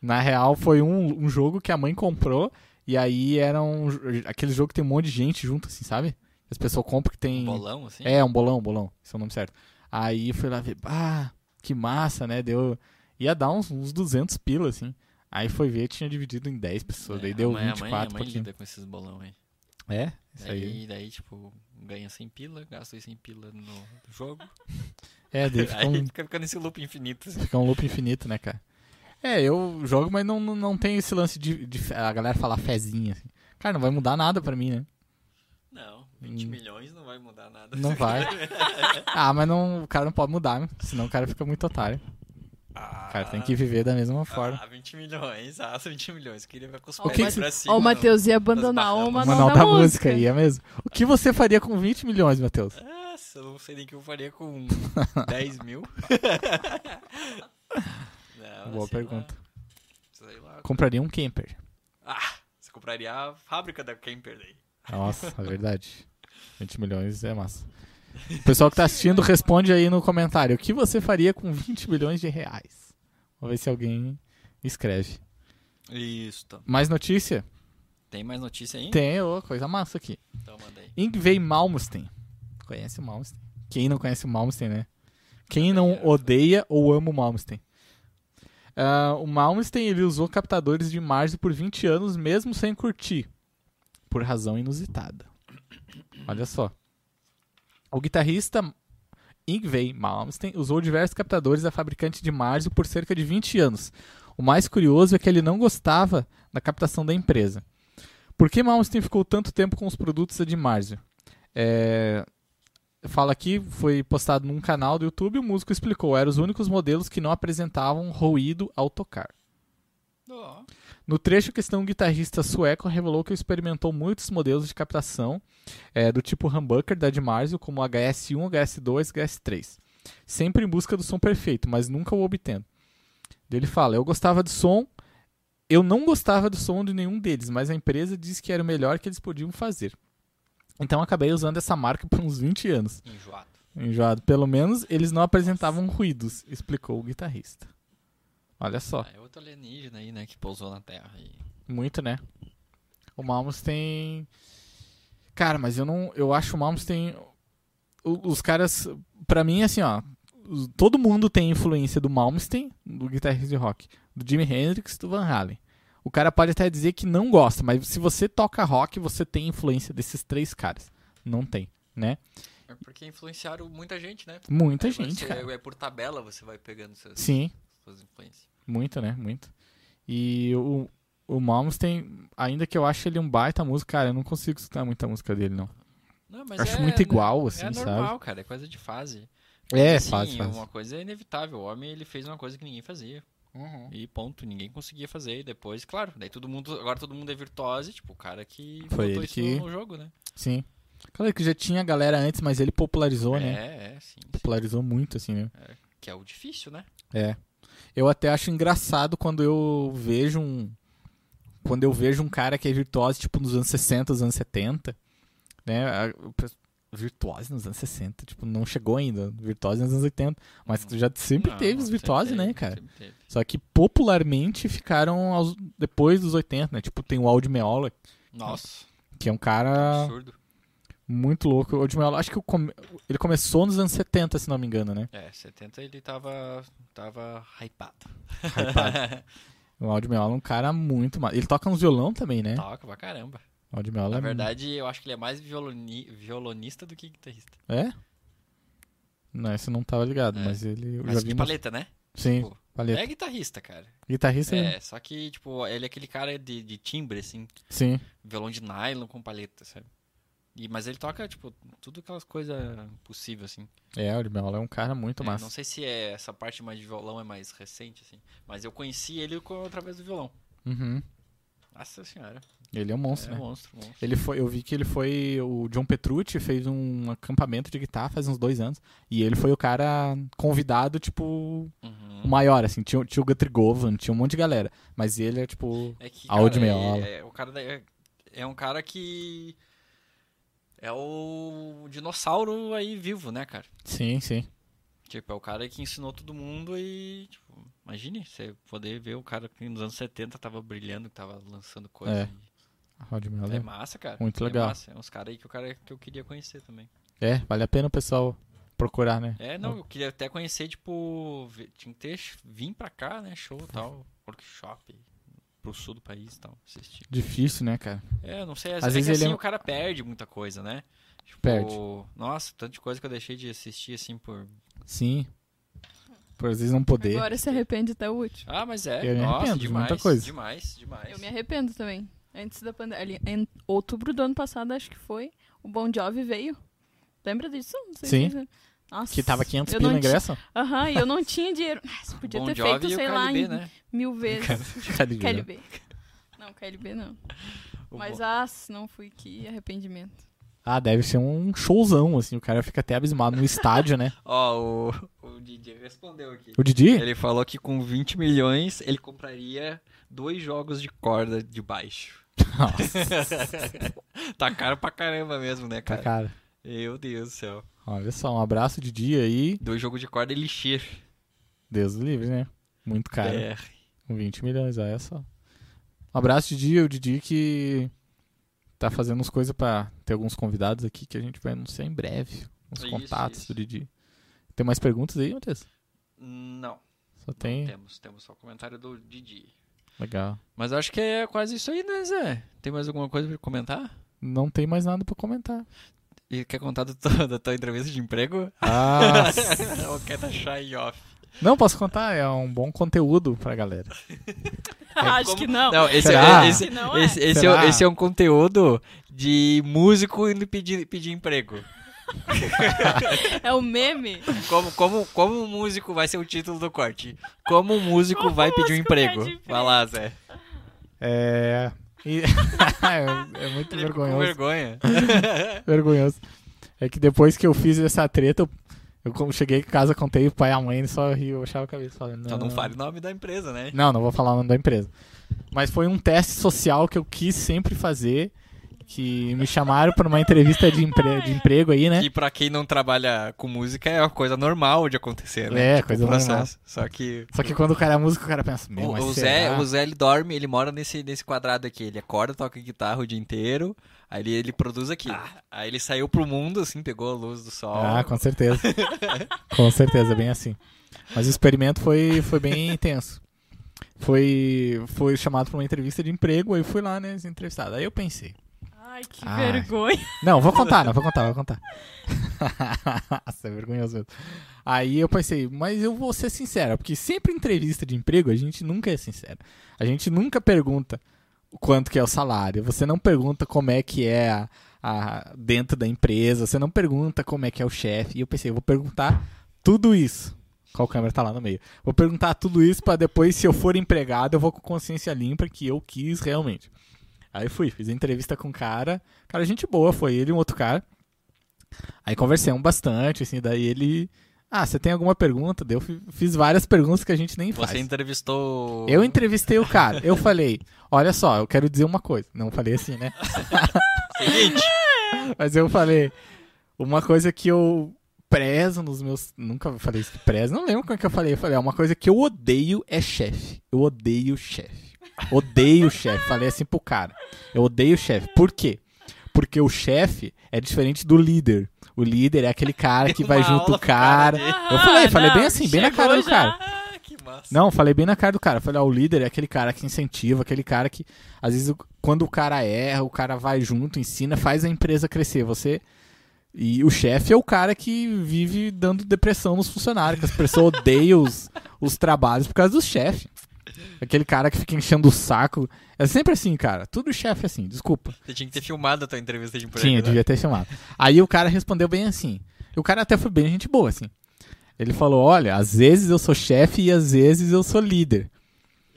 Speaker 1: Na real, foi um, um jogo que a mãe comprou. E aí era um. jo- Aquele jogo que tem um monte de gente junto, assim, sabe? As pessoas compram que tem.
Speaker 2: Bolão, assim.
Speaker 1: É, um bolão, um bolão. Esse é o nome certo. Aí eu fui lá ver, ah, que massa, né? Deu. Ia dar uns, uns 200 pila, assim. Aí foi ver, tinha dividido em 10 pessoas. daí
Speaker 2: É,
Speaker 1: deu
Speaker 2: a mãe- a mãe-
Speaker 1: 24
Speaker 2: A mãe
Speaker 1: pra quem.
Speaker 2: lida com esses bolão aí.
Speaker 1: É, isso aí.
Speaker 2: Daí, daí, tipo, ganha 100 pila, gasta os 100 pila no jogo.
Speaker 1: É, daí fica
Speaker 2: Aí
Speaker 1: um,
Speaker 2: fica ficando esse loop infinito. assim.
Speaker 1: fica um loop infinito, né, cara? É, eu jogo, mas não, não, não tem esse lance de, de fe- a galera falar fezinha, assim. Cara, não vai mudar nada pra mim, né?
Speaker 2: Não, 20
Speaker 1: Hum.
Speaker 2: milhões não vai mudar nada.
Speaker 1: Não vai. Ah, mas não, o cara não pode mudar, né? senão o cara fica muito otário.
Speaker 2: Ah,
Speaker 1: O cara tem que viver da mesma forma.
Speaker 2: Ah, 20 milhões, ah, 20 milhões. Queria ver com os
Speaker 3: Ó,
Speaker 2: pés
Speaker 1: o Mate-
Speaker 2: pra
Speaker 3: Ó,
Speaker 2: cima.
Speaker 3: o Matheus ia abandonar
Speaker 2: barramas.
Speaker 3: o
Speaker 1: O
Speaker 2: Mas
Speaker 1: Manual
Speaker 3: Manual
Speaker 1: da, música aí, é mesmo. O que você faria com 20 milhões, Matheus?
Speaker 2: Nossa, eu não sei nem o que eu faria com 10 mil. Não,
Speaker 1: Boa
Speaker 2: sei
Speaker 1: pergunta.
Speaker 2: Lá, sei lá.
Speaker 1: Compraria um camper.
Speaker 2: Você compraria a fábrica da Camper daí.
Speaker 1: Nossa, é verdade. 20 milhões é massa. O pessoal que tá assistindo, responde aí no comentário. O que você faria com 20 milhões de reais? Vamos ver se alguém escreve.
Speaker 2: Isso. tá.
Speaker 1: Mais notícia?
Speaker 2: Tem mais notícia aí?
Speaker 1: Tem, ô, coisa massa aqui.
Speaker 2: Então manda aí.
Speaker 1: Ingvei Malmsteen. Conhece o Malmsteen? Quem não conhece o Malmsteen, né? Quem não odeia ou ama o Malmsteen? Ah, o Malmsteen ele usou captadores de imagem por 20 anos, mesmo sem curtir. Por razão inusitada. Olha só. O guitarrista Ingvei Malmsteen usou diversos captadores da fabricante de Marzo por cerca de 20 anos. O mais curioso é que ele não gostava da captação da empresa. Por que Malmsteen ficou tanto tempo com os produtos da de Marzo? É, Fala aqui, foi postado num canal do YouTube, o músico explicou, eram os únicos modelos que não apresentavam ruído ao tocar.
Speaker 2: Ó,
Speaker 1: No trecho em questão, o guitarrista sueco revelou que experimentou muitos modelos de captação eh, do tipo humbucker da DiMarzio, como HS1, HS2, HS3. Sempre em busca do som perfeito, mas nunca o obtendo. Ele fala, eu gostava do som, eu não gostava do som de nenhum deles, mas a empresa disse que era o melhor que eles podiam fazer. Então acabei usando essa marca por uns 20 anos.
Speaker 2: enjoado.
Speaker 1: Enjoado. Pelo menos eles não apresentavam ruídos, explicou o guitarrista. Olha só.
Speaker 2: Ah, é outro alienígena aí, né, que pousou na Terra. E...
Speaker 1: Muito, né? O Malmos tem. Cara, mas eu não. Eu acho o Malmos tem. o- Os caras. Pra mim, assim, ó. os- Todo mundo tem influência do Malmsteen, do guitarrista de rock, do Jimi Hendrix, do Van Halen. O cara pode até dizer que não gosta, mas se você toca rock, você tem influência desses três caras. Não tem, né?
Speaker 2: É porque influenciaram muita gente, né?
Speaker 1: Muita
Speaker 2: É,
Speaker 1: gente,
Speaker 2: você-
Speaker 1: cara.
Speaker 2: É por tabela você vai pegando seus,
Speaker 1: Sim.
Speaker 2: suas influências.
Speaker 1: Muito, né? Muito. E o, o Malmos tem. Ainda que eu acho ele um baita músico, cara, eu não consigo escutar muita música dele, não.
Speaker 2: Não, mas
Speaker 1: acho
Speaker 2: é-
Speaker 1: muito igual,
Speaker 2: É
Speaker 1: assim,
Speaker 2: normal,
Speaker 1: sabe?
Speaker 2: cara, é coisa de fase.
Speaker 1: É,
Speaker 2: Assim,
Speaker 1: faz, faz.
Speaker 2: Uma coisa é inevitável. O homem ele fez uma coisa que ninguém fazia. E ponto, ninguém conseguia fazer. E depois, claro, daí todo mundo. Agora todo mundo é virtuose, tipo, o cara que
Speaker 1: Foi
Speaker 2: botou
Speaker 1: ele
Speaker 2: isso
Speaker 1: que-
Speaker 2: no jogo, né?
Speaker 1: Sim. Claro que já tinha a galera antes, mas ele popularizou, né?
Speaker 2: É, é, sim, sim.
Speaker 1: Popularizou muito, assim, né?
Speaker 2: Que é o difícil, né?
Speaker 1: É. Eu até acho engraçado quando eu vejo um. Quando eu vejo um cara que é virtuoso, tipo, nos anos 60, nos anos 70, né? A- o pe- Virtuose nos anos 60, tipo, não chegou ainda. Virtuose nos anos 80. Mas já sempre
Speaker 2: Não,
Speaker 1: teve os
Speaker 2: sempre
Speaker 1: virtuose,
Speaker 2: teve,
Speaker 1: né, cara?
Speaker 2: sempre teve.
Speaker 1: Só que popularmente ficaram aos- depois dos 80, né? Tipo, tem o Aldi Meola,
Speaker 2: Nossa,
Speaker 1: que é um cara
Speaker 2: absurdo.
Speaker 1: muito louco. O Aldi Meola, acho que o come- ele começou nos anos 70, se não me engano, né?
Speaker 2: É, 70 ele tava. tava hypado.
Speaker 1: Hypado. O Aldi Meola é um cara muito... ma- Ele toca uns violão também, né?
Speaker 2: Toca pra caramba.
Speaker 1: O Aldi Meola
Speaker 2: Na
Speaker 1: é...
Speaker 2: verdade, eu acho que ele é mais violoni- violonista do que guitarrista.
Speaker 1: É? Não, esse eu não tava ligado,
Speaker 2: É.
Speaker 1: mas ele... Eu já
Speaker 2: Mas
Speaker 1: vi
Speaker 2: de
Speaker 1: uma...
Speaker 2: paleta, né?
Speaker 1: Sim,
Speaker 2: Pô,
Speaker 1: paleta.
Speaker 2: É guitarrista, cara.
Speaker 1: Guitarrista, né?
Speaker 2: É, só que, tipo, ele é aquele cara de, de timbre, assim,
Speaker 1: sim.
Speaker 2: violão de nylon com paleta, sabe? E, mas ele toca, tipo, tudo aquelas coisas possíveis, assim.
Speaker 1: É, o Aldi Meola é um cara muito
Speaker 2: É,
Speaker 1: massa.
Speaker 2: não sei se é essa parte mais de violão é mais recente, assim. Mas eu conheci ele co- através do violão.
Speaker 1: Uhum.
Speaker 2: Nossa senhora.
Speaker 1: Ele é um monstro,
Speaker 2: é
Speaker 1: né?
Speaker 2: monstro, monstro.
Speaker 1: Ele foi, eu vi que ele foi. O John Petrucci fez um acampamento de guitarra faz uns dois anos. E ele foi o cara convidado, tipo,
Speaker 2: Uhum.
Speaker 1: o maior, assim. Tinha, o- tinha o Gatrigovan, tinha um monte de galera. Mas ele é, tipo.
Speaker 2: É que,
Speaker 1: Audi
Speaker 2: cara,
Speaker 1: Meola.
Speaker 2: é, é, o cara da- é, é um cara que é o dinossauro aí vivo, né, cara?
Speaker 1: Sim, sim.
Speaker 2: Tipo, é o cara que ensinou todo mundo e, tipo, imagine você poder ver o cara que nos anos 70 tava brilhando, que tava lançando
Speaker 1: É.
Speaker 2: coisa.
Speaker 1: A Rod
Speaker 2: e-
Speaker 1: Miller.
Speaker 2: É massa, cara.
Speaker 1: Muito
Speaker 2: É
Speaker 1: legal.
Speaker 2: massa. É uns caras aí que o cara que eu queria conhecer também.
Speaker 1: É, vale a pena o pessoal procurar, né?
Speaker 2: É, não, eu queria até conhecer, tipo, ver- tinha que ter vim pra cá, né, show e tal, workshop pro sul do país e tal, assistir.
Speaker 1: Difícil, né, cara?
Speaker 2: É, não sei. Às,
Speaker 1: Às vezes
Speaker 2: vezes
Speaker 1: ele é
Speaker 2: assim,
Speaker 1: um-
Speaker 2: o cara perde muita coisa, né? Tipo,
Speaker 1: Perde.
Speaker 2: Nossa, tanta coisa que eu deixei de assistir, assim, por...
Speaker 1: Sim. Por às vezes não poder.
Speaker 3: Agora se arrepende até o último.
Speaker 2: Ah, mas é.
Speaker 1: Eu me
Speaker 2: nossa,
Speaker 1: arrependo de
Speaker 2: demais,
Speaker 1: muita coisa.
Speaker 2: Demais, demais.
Speaker 3: Eu me arrependo também. Antes da pandemia. Em outubro do ano passado, acho que foi, o Bon Jovi veio. Lembra disso? Não sei
Speaker 1: Sim.
Speaker 3: se vocês- Nossa,
Speaker 1: Que tava 500
Speaker 3: eu
Speaker 1: pila
Speaker 3: não
Speaker 1: no
Speaker 3: ti-
Speaker 1: ingresso?
Speaker 3: Aham, e eu não tinha dinheiro. Nossa, podia
Speaker 2: Bon
Speaker 3: ter
Speaker 2: Jovi
Speaker 3: feito,
Speaker 2: e o
Speaker 3: sei lá,
Speaker 2: KLB,
Speaker 3: em
Speaker 2: né?
Speaker 3: mil vezes.
Speaker 1: Cadê?
Speaker 3: KLB. Não, KLB não.
Speaker 2: O
Speaker 3: Mas,
Speaker 2: Bon-
Speaker 3: ah, não fui, que arrependimento.
Speaker 1: Ah, deve ser um showzão, assim. O cara fica até abismado no estádio, né?
Speaker 2: Ó, o... o DJ respondeu aqui.
Speaker 1: O Didi?
Speaker 2: Ele falou que com 20 milhões ele compraria dois jogos de corda de baixo.
Speaker 1: Nossa,
Speaker 2: tá caro pra caramba mesmo, né,
Speaker 1: tá
Speaker 2: cara?
Speaker 1: cara.
Speaker 2: Meu Deus do céu.
Speaker 1: Olha só, um abraço de dia aí.
Speaker 2: Dois jogos de corda e lixir.
Speaker 1: Deus do livre, né? Muito caro.
Speaker 2: É.
Speaker 1: Com 20 milhões, olha só. Um abraço, Didi. O Didi que tá fazendo as coisas pra ter alguns convidados aqui que a gente vai anunciar em breve. Os
Speaker 2: Isso,
Speaker 1: contatos
Speaker 2: isso.
Speaker 1: do Didi. Tem mais perguntas aí, Matheus?
Speaker 2: Não,
Speaker 1: Só tem.
Speaker 2: temos. Temos só o comentário do Didi.
Speaker 1: Legal.
Speaker 2: Mas acho que é quase isso aí, né, Zé? Tem mais alguma coisa pra comentar?
Speaker 1: Não tem mais nada pra comentar.
Speaker 2: E quer contar do teu- da tua entrevista de emprego?
Speaker 1: Ah,
Speaker 2: Ou quer deixar em off?
Speaker 1: não, posso contar. É um bom conteúdo pra galera.
Speaker 3: Acho
Speaker 2: É como-
Speaker 3: que não.
Speaker 2: Não, esse,
Speaker 1: Será?
Speaker 2: é, esse,
Speaker 3: Que não é.
Speaker 2: esse, esse,
Speaker 1: Será?
Speaker 2: é, esse é um conteúdo de músico indo pedir, pedir emprego.
Speaker 3: É o meme.
Speaker 2: Como, como, como um músico vai ser o título do corte? Como um músico vai pedir um
Speaker 3: músico pede
Speaker 2: emprego?
Speaker 3: emprego.
Speaker 2: Vai lá, Zé.
Speaker 1: É. e- é muito
Speaker 2: Ele ficou com
Speaker 1: vergonhoso. É.
Speaker 2: vergonha.
Speaker 1: vergonhoso. É que depois que eu fiz essa treta, eu, eu como cheguei em casa, contei pro pai e a mãe, ele só riu, eu achava a cabeça. Falei, não,
Speaker 2: Então não fale o nome da empresa, né?
Speaker 1: Não, não vou falar o nome da empresa. Mas foi um teste social que eu quis sempre fazer, que me chamaram pra uma entrevista de, empre- de emprego aí, né?
Speaker 2: Que pra quem não trabalha com música é uma coisa normal de acontecer, né?
Speaker 1: É, coisa
Speaker 2: o
Speaker 1: normal.
Speaker 2: processo. Só que
Speaker 1: Só que quando o cara é músico, o cara pensa, meu,
Speaker 2: O,
Speaker 1: mas
Speaker 2: o Zé, é
Speaker 1: será?
Speaker 2: o Zé, ele dorme, ele mora nesse, nesse quadrado aqui. Ele acorda, toca guitarra o dia inteiro. Aí ele, ele produz aqui. Aí ele saiu pro mundo, assim, pegou a luz do sol.
Speaker 1: Ah, com certeza. com certeza, bem assim. Mas o experimento foi, foi bem intenso. Foi, foi chamado pra uma entrevista de emprego, aí eu fui lá, né, ser entrevistado. Aí eu pensei,
Speaker 3: Ai, que
Speaker 1: Ai.
Speaker 3: vergonha.
Speaker 1: Não, vou contar, não, vou contar, vou contar. Nossa, é vergonhoso mesmo. Aí eu pensei, mas eu vou ser sincero, porque sempre em entrevista de emprego a gente nunca é sincero. A gente nunca pergunta o quanto que é o salário, você não pergunta como é que é a, a- dentro da empresa, você não pergunta como é que é o chefe. E eu pensei, eu vou perguntar tudo isso. Qual câmera tá lá no meio? Vou perguntar tudo isso pra depois, se eu for empregado, eu vou com consciência limpa que eu quis realmente. Aí fui, fiz entrevista com o cara. Cara, gente boa, foi ele e um outro cara. Aí conversamos bastante, assim, daí ele. Ah, você tem alguma pergunta? Daí eu fi- fiz várias perguntas que a gente nem faz.
Speaker 2: Você entrevistou.
Speaker 1: Eu entrevistei o cara, eu falei, olha só, eu quero dizer uma coisa. Não falei assim, né?
Speaker 2: Seguinte,
Speaker 1: Mas eu falei, uma coisa que eu prezo nos meus. Nunca falei isso, prezo, não lembro como é que eu falei. Eu falei, "Ah, uma coisa que eu odeio é chefe. Eu odeio chefe. Odeio chefe. Falei assim pro cara. Eu odeio chefe. Por quê? Porque o chefe é diferente do líder. O líder é aquele cara que
Speaker 2: Deu
Speaker 1: vai
Speaker 2: uma
Speaker 1: junto
Speaker 2: aula
Speaker 1: o
Speaker 2: pro cara
Speaker 1: cara. Eu falei, falei
Speaker 3: Ah,
Speaker 1: bem assim, bem na cara do cara.
Speaker 2: ah, que massa.
Speaker 1: Não, falei bem na cara do cara. Falei, ó, o líder é aquele cara que incentiva, aquele cara que, às vezes, o- quando o cara erra, o cara vai junto, ensina, faz a empresa crescer. Você. E o chefe é o cara que vive dando depressão nos funcionários, que as pessoas odeiam os, os trabalhos por causa do chefe. Aquele cara que fica enchendo o saco. É sempre assim, cara. Tudo chefe é assim, desculpa.
Speaker 2: Você tinha que ter filmado a tua entrevista de emprego.
Speaker 1: Tinha,
Speaker 2: né?
Speaker 1: devia ter chamado. Aí o cara respondeu bem assim. O cara até foi bem gente boa, assim. Ele falou: Olha, às vezes eu sou chefe e às vezes eu sou líder.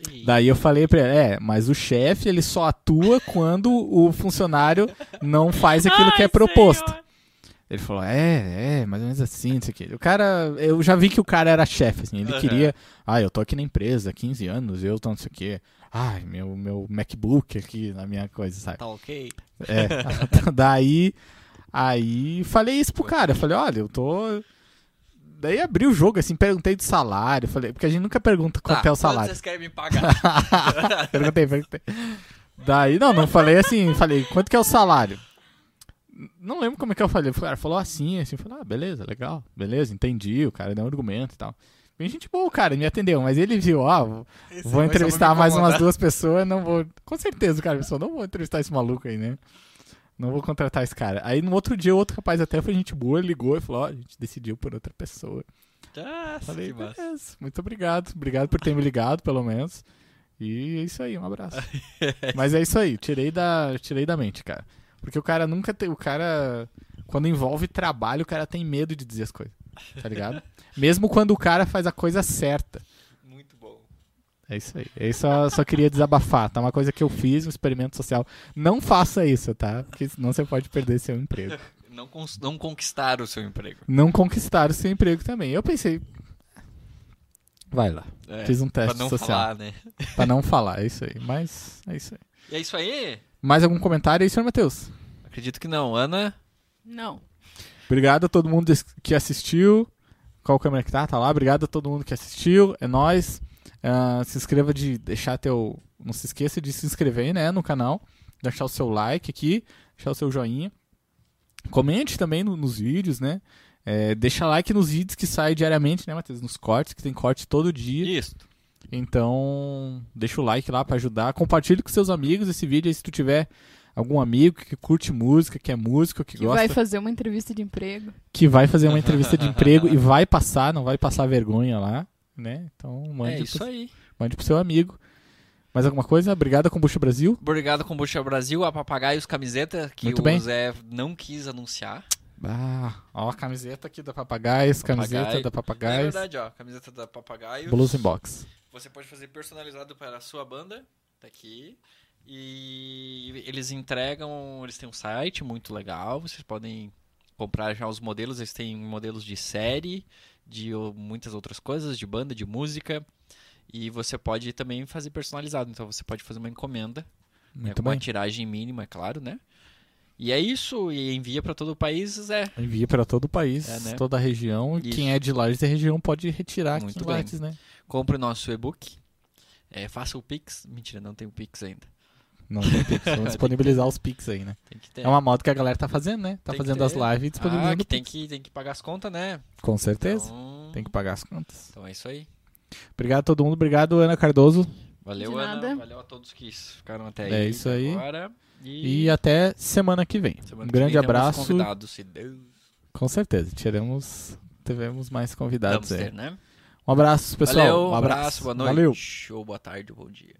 Speaker 2: E-
Speaker 1: Daí eu falei pra ele, é, mas o chefe ele só atua quando o funcionário não faz aquilo que é
Speaker 3: Ai,
Speaker 1: proposto.
Speaker 3: senhor.
Speaker 1: Ele falou, é, é, mais ou menos assim, não sei o quê. O cara, eu já vi que o cara era chefe, assim, ele
Speaker 2: Aham.
Speaker 1: queria, ah, eu tô aqui na empresa há 15 anos, eu tô não sei o quê. Ai, meu, meu MacBook aqui na minha coisa, sabe?
Speaker 2: Tá ok?
Speaker 1: É. Daí, aí falei isso pro cara. Eu falei, olha, eu tô. Daí abri o jogo, assim, perguntei do salário. Falei, porque a gente nunca pergunta quanto
Speaker 2: tá,
Speaker 1: é o salário.
Speaker 2: Vocês querem me pagar?
Speaker 1: perguntei, perguntei. Daí, não, não falei assim, falei, quanto que é o salário? Não lembro como é que eu falei. O cara falou assim, assim, eu falei, ah, beleza, legal, beleza, entendi, o cara deu um argumento e tal. Bem gente boa, o cara, me atendeu, mas ele viu, ó,
Speaker 2: Esse é
Speaker 1: Vou
Speaker 2: homem só
Speaker 1: entrevistar
Speaker 2: me
Speaker 1: mais umas
Speaker 2: incomodar.
Speaker 1: duas pessoas, não vou. Com certeza, cara, pessoal, não vou entrevistar esse maluco aí, né? Não vou contratar esse cara. Aí no outro dia, outro rapaz até foi gente boa, ele ligou e falou: Ó, a gente decidiu por outra pessoa.
Speaker 2: Nossa,
Speaker 1: Falei,
Speaker 2: que massa.
Speaker 1: beleza, muito obrigado. Obrigado por ter me ligado, pelo menos. E é isso aí, um abraço. Mas é isso aí, tirei da, tirei da mente, cara. Porque o cara nunca tem. O cara. Quando envolve trabalho, o cara tem medo de dizer as coisas. Tá ligado? Mesmo quando o cara faz a coisa certa.
Speaker 2: Muito bom.
Speaker 1: É isso aí. Eu só, só queria desabafar, tá? Uma coisa que eu fiz, um experimento social. Não faça isso, tá? Porque senão você pode perder seu emprego.
Speaker 2: Não, cons- não conquistaram o seu emprego.
Speaker 1: Não conquistar o seu emprego também. Eu pensei. "Ah, Vai lá.
Speaker 2: É,
Speaker 1: Fiz um
Speaker 2: pra
Speaker 1: teste
Speaker 2: não
Speaker 1: social.
Speaker 2: falar, né?
Speaker 1: Pra não falar, é isso aí. Mas é isso aí.
Speaker 2: E é isso aí?
Speaker 1: Mais algum comentário aí, senhor Matheus?
Speaker 2: Acredito que não. Ana?
Speaker 3: Não.
Speaker 1: Obrigado a todo mundo des- que assistiu. Qual câmera que tá? Tá lá. Obrigado a todo mundo que assistiu. É nóis. Ah, se inscreva de deixar teu. Não se esqueça de se inscrever, né, no canal. Deixar o seu like aqui. Deixar o seu joinha. Comente também no- nos vídeos, né? É, deixa like nos vídeos que saem diariamente, né, Matheus? Nos cortes, que tem corte todo dia.
Speaker 2: Isso.
Speaker 1: Então, deixa o like lá pra ajudar. Compartilhe com seus amigos esse vídeo aí se tu tiver algum amigo que curte música, que é músico, que,
Speaker 3: Que
Speaker 1: gosta,
Speaker 3: vai fazer uma entrevista de emprego.
Speaker 1: que vai fazer uma entrevista de emprego e vai passar, não vai passar vergonha lá, né? Então,
Speaker 2: É
Speaker 1: mande,
Speaker 2: isso
Speaker 1: pro,
Speaker 2: aí.
Speaker 1: mande pro seu amigo. Mais alguma coisa? Obrigado, Combucha Brasil.
Speaker 2: Obrigado, Kombucha Brasil, a Papagaios Camiseta, que
Speaker 1: Muito
Speaker 2: o
Speaker 1: bem.
Speaker 2: Zé não quis anunciar.
Speaker 1: Ah, ó a camiseta aqui da Papagaios, camiseta
Speaker 2: Papagaio.
Speaker 1: da
Speaker 2: É
Speaker 1: Papagaios,
Speaker 2: verdade, ó. Camiseta da Papagaios.
Speaker 1: Blues in Box.
Speaker 2: Você pode fazer personalizado para a sua banda. Tá aqui. E eles entregam. Eles têm um site muito legal. Vocês podem comprar já os modelos. Eles têm modelos de série, de oh, muitas outras coisas, de banda, de música. E você pode também fazer personalizado. Então você pode fazer uma encomenda. né,
Speaker 1: Muito
Speaker 2: com uma
Speaker 1: bem.
Speaker 2: tiragem mínima, é claro, né? E é isso, e envia para todo o país, Zé.
Speaker 1: Envia pra todo o país,
Speaker 2: É, né?
Speaker 1: toda a região. E
Speaker 2: Isso.
Speaker 1: quem é de Lages e região pode retirar aqui
Speaker 2: Muito
Speaker 1: em
Speaker 2: bem.
Speaker 1: Lages, né?
Speaker 2: Compre o nosso e-book. é, faça o Pix. Mentira, não tem o Pix ainda.
Speaker 1: Não tem pix. Vamos disponibilizar os pix aí, né?
Speaker 2: Tem que ter.
Speaker 1: É uma moda que a galera tá fazendo, né? Tá
Speaker 2: Tem que
Speaker 1: fazendo
Speaker 2: ter.
Speaker 1: as lives e disponibilizando.
Speaker 2: Ah, que tem,
Speaker 1: Pix.
Speaker 2: que, tem que pagar as contas, né?
Speaker 1: Com certeza.
Speaker 2: Então,
Speaker 1: Tem que pagar as contas.
Speaker 2: então é isso aí.
Speaker 1: Obrigado a todo mundo. Obrigado, Ana Cardoso.
Speaker 2: Valeu,
Speaker 3: De
Speaker 2: Ana.
Speaker 3: nada.
Speaker 2: Valeu a todos que ficaram até aí.
Speaker 1: É isso aí.
Speaker 2: Agora. E,
Speaker 1: E até semana que vem.
Speaker 2: semana
Speaker 1: um
Speaker 2: que
Speaker 1: grande
Speaker 2: vem temos
Speaker 1: abraço.
Speaker 2: Convidados, se Deus
Speaker 1: Com certeza. Tivemos, tivemos mais convidados
Speaker 2: vamos
Speaker 1: aí.
Speaker 2: ter, né?
Speaker 1: Um abraço, pessoal.
Speaker 2: Valeu,
Speaker 1: um abraço.
Speaker 2: boa
Speaker 1: Valeu.
Speaker 2: noite. Ou boa tarde, ou bom dia.